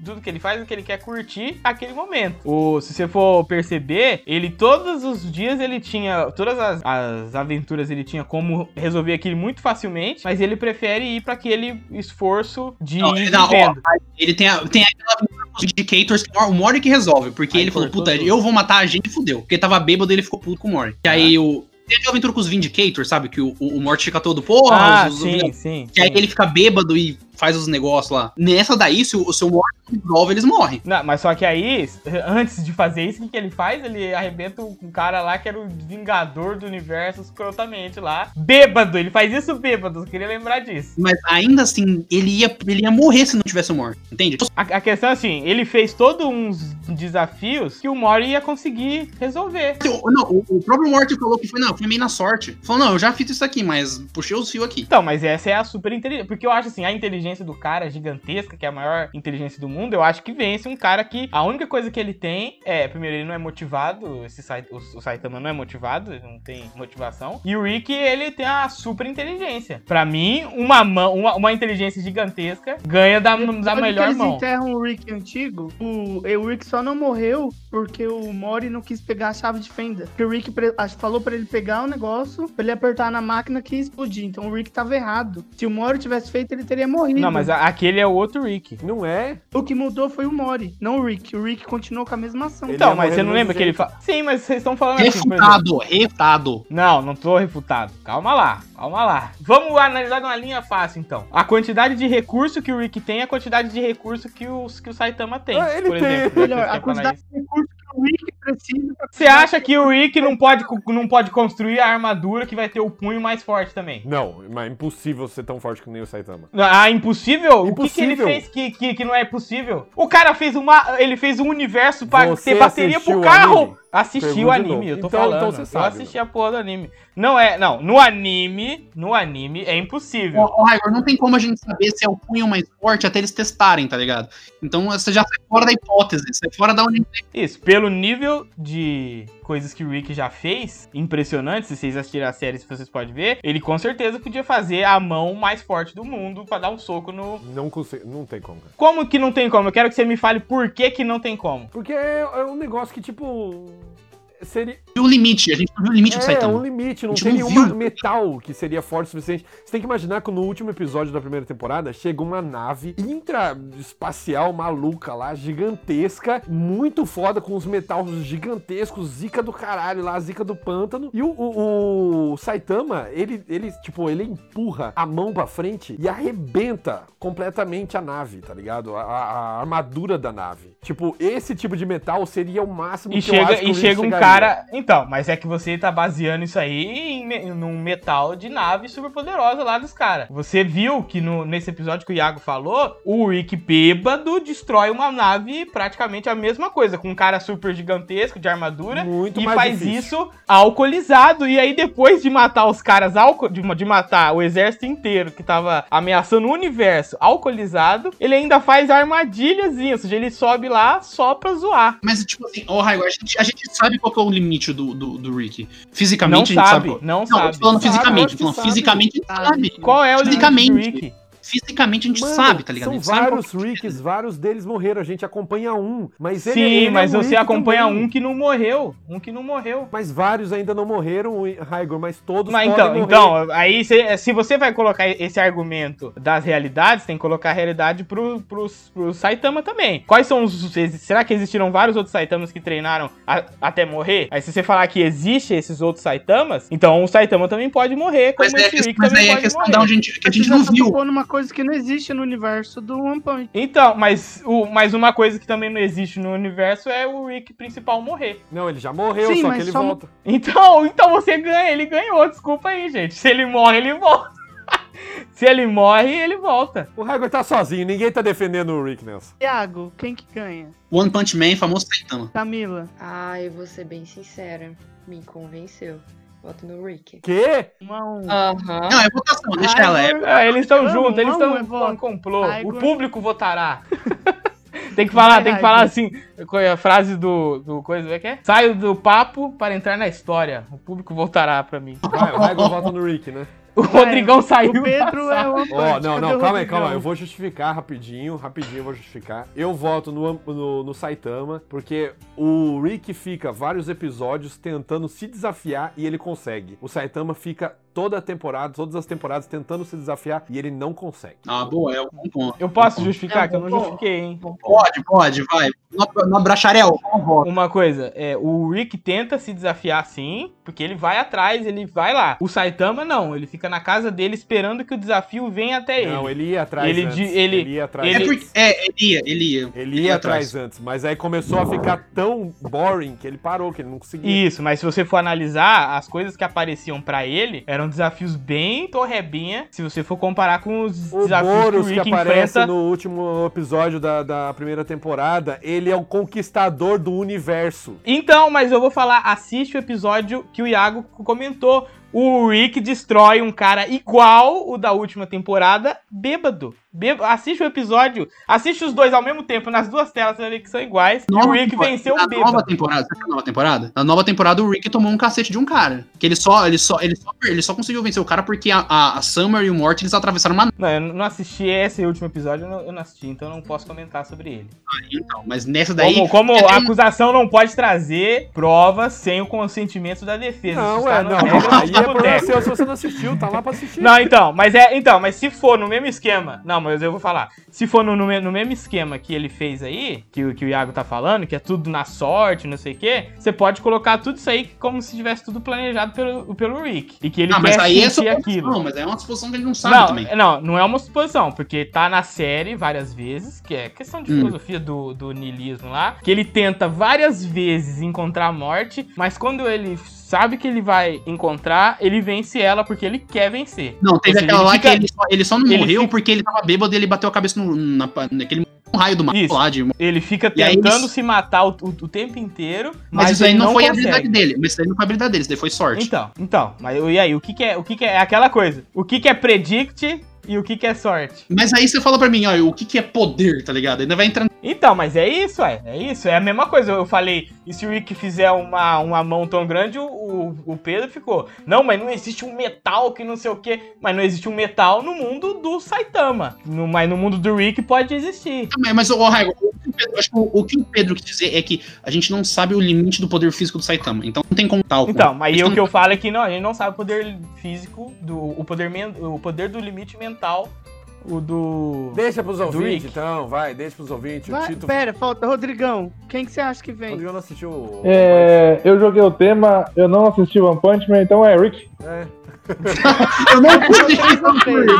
tudo que ele faz, o que ele quer curtir aquele momento. O, se você for perceber, ele todos os dias ele tinha, todas as, as aventuras ele tinha como resolver aquilo muito facilmente, mas ele prefere ir pra aquele esforço de
Não, é
ir
não, ó,
vivendo.
Ele tem, a- tem aquela aventura com os indicators que é o Mori que resolve. Porque
Aí
ele falou,
cortou
puta,
tudo.
eu vou matar a gente e fudeu. Porque ele tava bêbado e ele ficou puto com o Mori. E
Ah.
aí o. Tem aquela aventura com os Vindicators, sabe? Que o, o, o Morty fica todo, porra,
ah,
os, os-
sim, sim.
Que aí
sim.
ele fica bêbado e faz os negócios lá. Nessa daí, se o, se o Morty resolve, eles morrem.
Não, mas só que aí, antes de fazer isso, o que, que ele faz? Ele arrebenta um cara lá que era o Vingador do Universo escrotamente lá. Bêbado, ele faz isso bêbado, eu queria lembrar disso.
Mas ainda assim, ele ia, ele ia morrer se não tivesse o Morty, entende?
A, a questão é assim, ele fez todos uns desafios que o Mori ia conseguir resolver.
O- Não, o, o próprio Morty falou que foi, não, foi meio na sorte. Falou, não, eu já fiz isso aqui, mas puxei os fios aqui.
Então, mas essa é a super inteligência. Porque eu acho assim, a inteligência do cara gigantesca, que é a maior inteligência do mundo, eu acho que vence um cara que a única coisa que ele tem é, primeiro, ele não é motivado, esse Sai- o, o Saitama não é motivado, ele não tem motivação. E o Rick, ele tem a super inteligência. Pra mim, uma mão, uma, uma inteligência gigantesca ganha da, da
Sabe que
Tá melhor
eles
mão.
enterram o Rick antigo. O, e o Rick só não morreu porque o Mori não quis pegar a chave de fenda. Porque o Rick pre- acho- falou pra ele pegar o negócio, pra ele apertar na máquina que ia explodir. Então o Rick tava errado. Se o Mori tivesse feito, ele teria morrido.
Não, mas a- aquele é o outro Rick.
Não é?
O que mudou foi o Mori, não o Rick. O Rick continuou com a mesma ação.
Ele
Então,
ia
mas
morrer
você
do
não lembra
mesmo
que ele fala. Sim, mas vocês estão falando assim, por exemplo.
Refutado, refutado.
Não, não tô refutado. Calma lá, calma lá. Vamos analisar numa linha fácil, então. A quantidade de recurso que o Rick tem, a quantidade de recurso que, os, que o Saitama tem.
Ah, ele
por
tem.
exemplo.
Melhor,
Você
a
quer falar
quantidade
isso.
de recursos que o Rick precisa pra
é Você acha que o Rick não pode, co- não pode construir a armadura que vai ter o punho mais forte também?
Não, mas é impossível ser tão forte que nem o Saitama.
Ah, impossível? O que que, ele
Impossível.
fez que, que, que não é possível? O cara fez uma. Ele fez um universo pra
Você
ter bateria pro
assistiu o
carro!
anime?
Assisti
Pergunta
o
de
anime,
novo.
eu tô
Então-
falando.
então você
eu
sabe,
assisti a porra do anime. Não é. Não, no anime. No anime é impossível.
Ô, ô, Raigor, não tem como a gente saber se é o punho mais forte até eles testarem, tá ligado? Então você já sai fora da hipótese, sai fora da onde.
Isso, pelo nível de coisas que o Rick já fez, impressionante, se vocês assistirem a série, se vocês podem ver, ele com certeza podia fazer a mão mais forte do mundo pra dar um soco no...
Não consigo, não tem como. cara.
Como que não tem como? Eu quero que você me fale por que que não tem como.
Porque é, é um negócio que, tipo. Seria.
E o limite, a gente não viu
tipo,
o limite do
É, é um
Saitama.
limite, não
A gente
tem
não
nenhuma
viu.
metal que seria forte o suficiente. Você tem que imaginar que no último episódio da primeira temporada chega uma nave intraespacial maluca lá, gigantesca, muito foda, com uns metal gigantescos, zica do caralho lá, zica do pântano. E o, o- o Saitama, ele, ele, tipo, ele empurra a mão pra frente e arrebenta completamente a nave, tá ligado? A, a- a armadura da nave. Tipo, esse tipo de metal seria o máximo
E
que eu acho
chega,
que o
e
Rick
chega um
chegaria.
cara... Então, mas é que você tá baseando isso aí em, me- num metal de nave super poderosa lá dos caras. Você viu que no- nesse episódio que o Iago falou, o Rick bêbado destrói uma nave praticamente a mesma coisa, com um cara super gigantesco de armadura
muito
e
mais
faz
difícil.
isso alcoolizado. E aí, depois de matar os caras, álcool, de, de matar o exército inteiro que tava ameaçando o universo alcoolizado, ele ainda faz armadilhazinha. Ou seja, ele sobe lá só pra zoar.
Mas, tipo assim, ô Raigor, a gente, a gente sabe qual que é o limite do, do, do Rick.
Não
Fisicamente, a gente sabe.
sabe,
qual-
não
Não, eu tô
sabe.
falando
Sabe,
fisicamente,
acho
tô
que
falando
sabe.
fisicamente a gente sabe.
Qual é o limite do
Fisicamente.
Rick?
fisicamente a gente
Mano,
sabe, tá ligado?
São
A gente sabe
vários
qual que é.
Ricks, vários deles morreram. A gente acompanha um, mas ele
Sim,
ele é
mas
um
você
Rick
acompanha
também.
um que não morreu. Um que não morreu.
Mas vários ainda não morreram, o Raigor, mas todos
Mas
podem
então,
morrer.
então, aí cê- se você vai colocar esse argumento das realidades, tem que colocar a realidade pro, pro, pro Saitama também. Quais são os. exi- Será que existiram vários outros Saitamas que treinaram a- até morrer? Aí se você falar que existe esses outros Saitamas, então o Saitama também pode morrer, como
Mas aí é a
esse
questão,
Rick
mas aí
também
é a
pode
questão
morrer.
da onde a gente, que a gente
Você
não
já
viu.
tocou numa coisa que não existe no universo do One Punch.
Então, mas, o, mas uma coisa que também não existe no universo é o Rick principal morrer.
Não, ele já morreu,
Sim,
só que
mas
ele
só- um
volta.
Então, então você ganha, ele ganhou, desculpa aí, gente. Se ele morre, ele volta. se ele morre, ele volta.
O Raigor tá sozinho, ninguém tá defendendo o Rick nessa.
Thiago, quem que ganha?
One Punch Man, famoso Saitama.
Camila.
Ah, eu vou ser bem sincera. Me convenceu. Voto no Rick.
Quê?
Um a um.
Aham.
Não, é votação, deixa ela. É,
Raigor-
Ah, eles estão
Vamos,
juntos, eles
vamos,
estão
é
em
voto.
complô.
Ai,
O
go-
público votará. tem que falar, tem que falar assim, com a frase do, do coisa, como é que é? Saio do papo para entrar na história. O público voltará pra mim.
Vai, o Raigor volta no Rick, né?
O Rodrigão saiu.
O Pedro
da
é
sala.
o One
Ó,
Punch.
não, não,
Cadê o
calma aí,
Rodrigão?
calma aí. Eu vou justificar rapidinho, rapidinho eu vou justificar. Eu voto no, no, no Saitama, porque o Rick fica vários episódios tentando se desafiar e ele consegue. O Saitama fica toda a temporada, todas as temporadas tentando se desafiar e ele não consegue.
Ah, boa, é um bom ponto.
Eu posso
Bom ponto.
justificar, que eu não justifiquei, hein?
Pode, pode, vai. No, no Bracharel, qual voto?
Uma coisa, é, o Rick tenta se desafiar sim, porque ele vai atrás, ele vai lá. O Saitama não, ele fica na casa dele esperando que o desafio venha até ele.
Não, ele ia atrás
Ele
antes.
di- ele-
ia atrás
ele-
É,
antes.
porque, é, ele ia, ele ia.
Ele ia atrás antes, mas aí começou a ficar tão boring que ele parou, que ele não conseguia.
Isso, mas se você for analisar, as coisas que apareciam pra ele eram desafios bem torrebinha, se você for comparar com os
O
desafios
Boros
que o
que
Rick
aparece
enfrenta.
no último episódio da, da primeira temporada, ele é o conquistador do universo.
Então, mas eu vou falar, assiste o episódio que o Iago comentou. O Rick destrói um cara igual o da última temporada, bêbado. Bêba- Assiste o episódio, assiste os dois ao mesmo tempo, nas duas telas, você vai ver que são iguais. E o Rick venceu
na
o bêbado.
nova temporada, sabe é a nova temporada? Na nova temporada, o Rick tomou um cacete de um cara. Que ele só, ele só, ele só, ele só conseguiu vencer o cara porque a, a, a Summer e o Morty eles atravessaram uma
Não, eu não assisti esse último episódio, eu não, eu não assisti, então eu não posso comentar sobre ele.
nave, então. Mas nessa daí.
como como
porque
a
tem-
acusação não pode trazer provas sem o consentimento da defesa.
Não,
Isso
é,
está
não.
na regra do
Aí é problema
Boteco.
seu se você não assistiu, tá lá pra assistir.
Não, então, mas é, então, mas se for no mesmo esquema, não, mas eu vou falar. Se for no, no, me- no mesmo esquema que ele fez aí, que, o- que o Iago tá falando, que é tudo na sorte, não sei o quê, você pode colocar tudo isso aí como se tivesse tudo planejado pelo, pelo Rick. E que ele
Ah, mas
quer
aí é
sentir
suposição,
aquilo.
mas aí é uma suposição que ele não sabe
Não,
também.
não, não é uma suposição, porque tá na série várias vezes, que é questão de
Hum.
filosofia do, do niilismo lá, que ele tenta várias vezes encontrar a morte, mas quando ele sabe que ele vai encontrar, ele vence ela porque ele quer vencer.
Não, teve
Ou seja, Assim,
aquela
ele
lá
fica-
que ele só, ele só não
ele
morreu
fica-
porque ele tava bêbado e ele bateu a cabeça no, na, naquele raio do mar
Isso.
lá de
Ele fica
E aí
tentando
isso-
se matar o, o- o tempo inteiro, mas,
Mas, isso aí
ele
não,
não
foi a
consegue.
habilidade dele. Mas isso aí não foi a habilidade dele, isso daí foi sorte.
Então, então, mas e aí, o que que é, o que que é, é aquela coisa? O que que é predict e o que que é sorte?
Mas aí você fala pra mim, ó, o que, que é poder, tá ligado? Ainda vai entrando.
Então, mas é isso, é. É isso. É a mesma coisa. Eu falei, e se o Rick fizer uma, uma mão tão grande, o, o, o Pedro ficou. Não, mas não existe um metal que não sei o quê. Mas não existe um metal no mundo do Saitama. No, mas no mundo do Rick pode existir.
Mas- Mas, ô, Raigo, o, que o Pedro- acho que o- o que o Pedro quis dizer é que a gente não sabe o limite do poder físico do Saitama. Então não tem como tal.
Então, mas o que eu falo é que não, a gente não sabe o poder físico, do, o, poder men, o poder do limite mental, o do.
Deixa pros ouvintes,
Rick.
então, vai, deixa pros ouvintes.
Vai,
o Tito.
Pera, falta. Rodrigão, quem que você acha que
O
vem?
Rodrigo não assistiu. o-
É, eu joguei o tema, eu não assisti One Punch Man, então é Rick.
É,
Eu não pude
Rodrigo.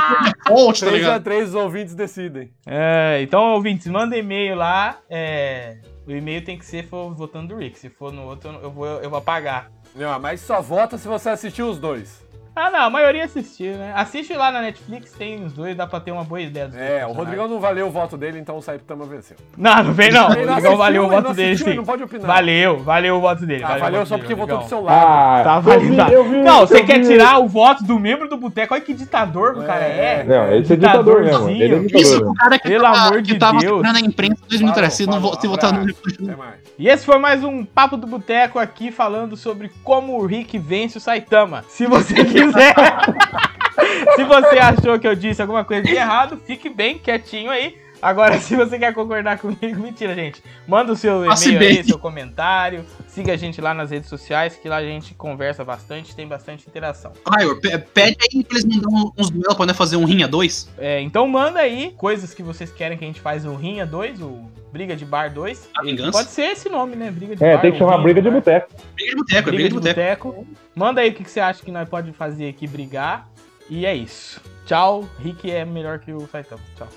Volt, tá
3 a
ligado?
3 os ouvintes decidem.
É, então, ouvintes, manda e-mail lá. é, o e-mail tem que ser se for votando do Rick. Se for no outro, eu vou, eu vou apagar.
Não, mas só vota se você assistiu os dois.
Ah, não, a maioria assistiu, né? Assiste lá na Netflix, tem os dois, dá pra ter uma boa ideia. Dos
É, o
personagens.
Rodrigão não valeu o voto dele, então o Saitama venceu.
Não, não vem não. O
Ele
Rodrigão
não assistiu,
valeu o
ele não
voto dele,
assistiu, ele
sim.
Não pode opinar.
Valeu, valeu o voto dele.
Ah, valeu,
o voto
só
dele,
porque votou pro
Rodrigão.
seu lado.
Ah,
Tá
eu vi-
validado.
eu vi-
Não,
eu
você quer
vi-
tirar o voto do membro do boteco? Olha que ditador que o cara é.
É.
Não, esse é ditador mesmo. Ele é ditador.
Isso,
mesmo.
o cara que
Pelo
tava,
amor
que
de
tava
Deus.
segurando a imprensa dois minutos atrás. Se não
Falou,
vo- se votar no
abraço.
Rick,
Até mais.
E esse foi mais um Papo do Boteco aqui falando sobre como o Rick vence o Saitama. Se você quiser. Se você achou que eu disse alguma coisa de errado, fique bem quietinho aí. Agora, se você quer concordar comigo, mentira, gente. Manda o seu
Passe
e-mail
bem.
aí, seu comentário. Siga a gente lá nas redes sociais, que lá a gente conversa bastante, tem bastante interação.
Ah, eu- pe- pede aí pra eles mandarem uns duelos pra nós fazer um rinha dois.
É, então manda aí coisas que vocês querem que a gente faz o Rinha 2, o Briga de Bar 2.
A vingança.
Pode ser esse nome, né? Briga de
É,
Bar.
tem que
o
chamar
Rinha né?
briga de
Bar.
boteco.
Briga de boteco, é briga de boteco.
boteco. Manda aí o que que você acha que nós pode fazer aqui, brigar. E é isso. Tchau. Rick é melhor que o Saitama. Tchau.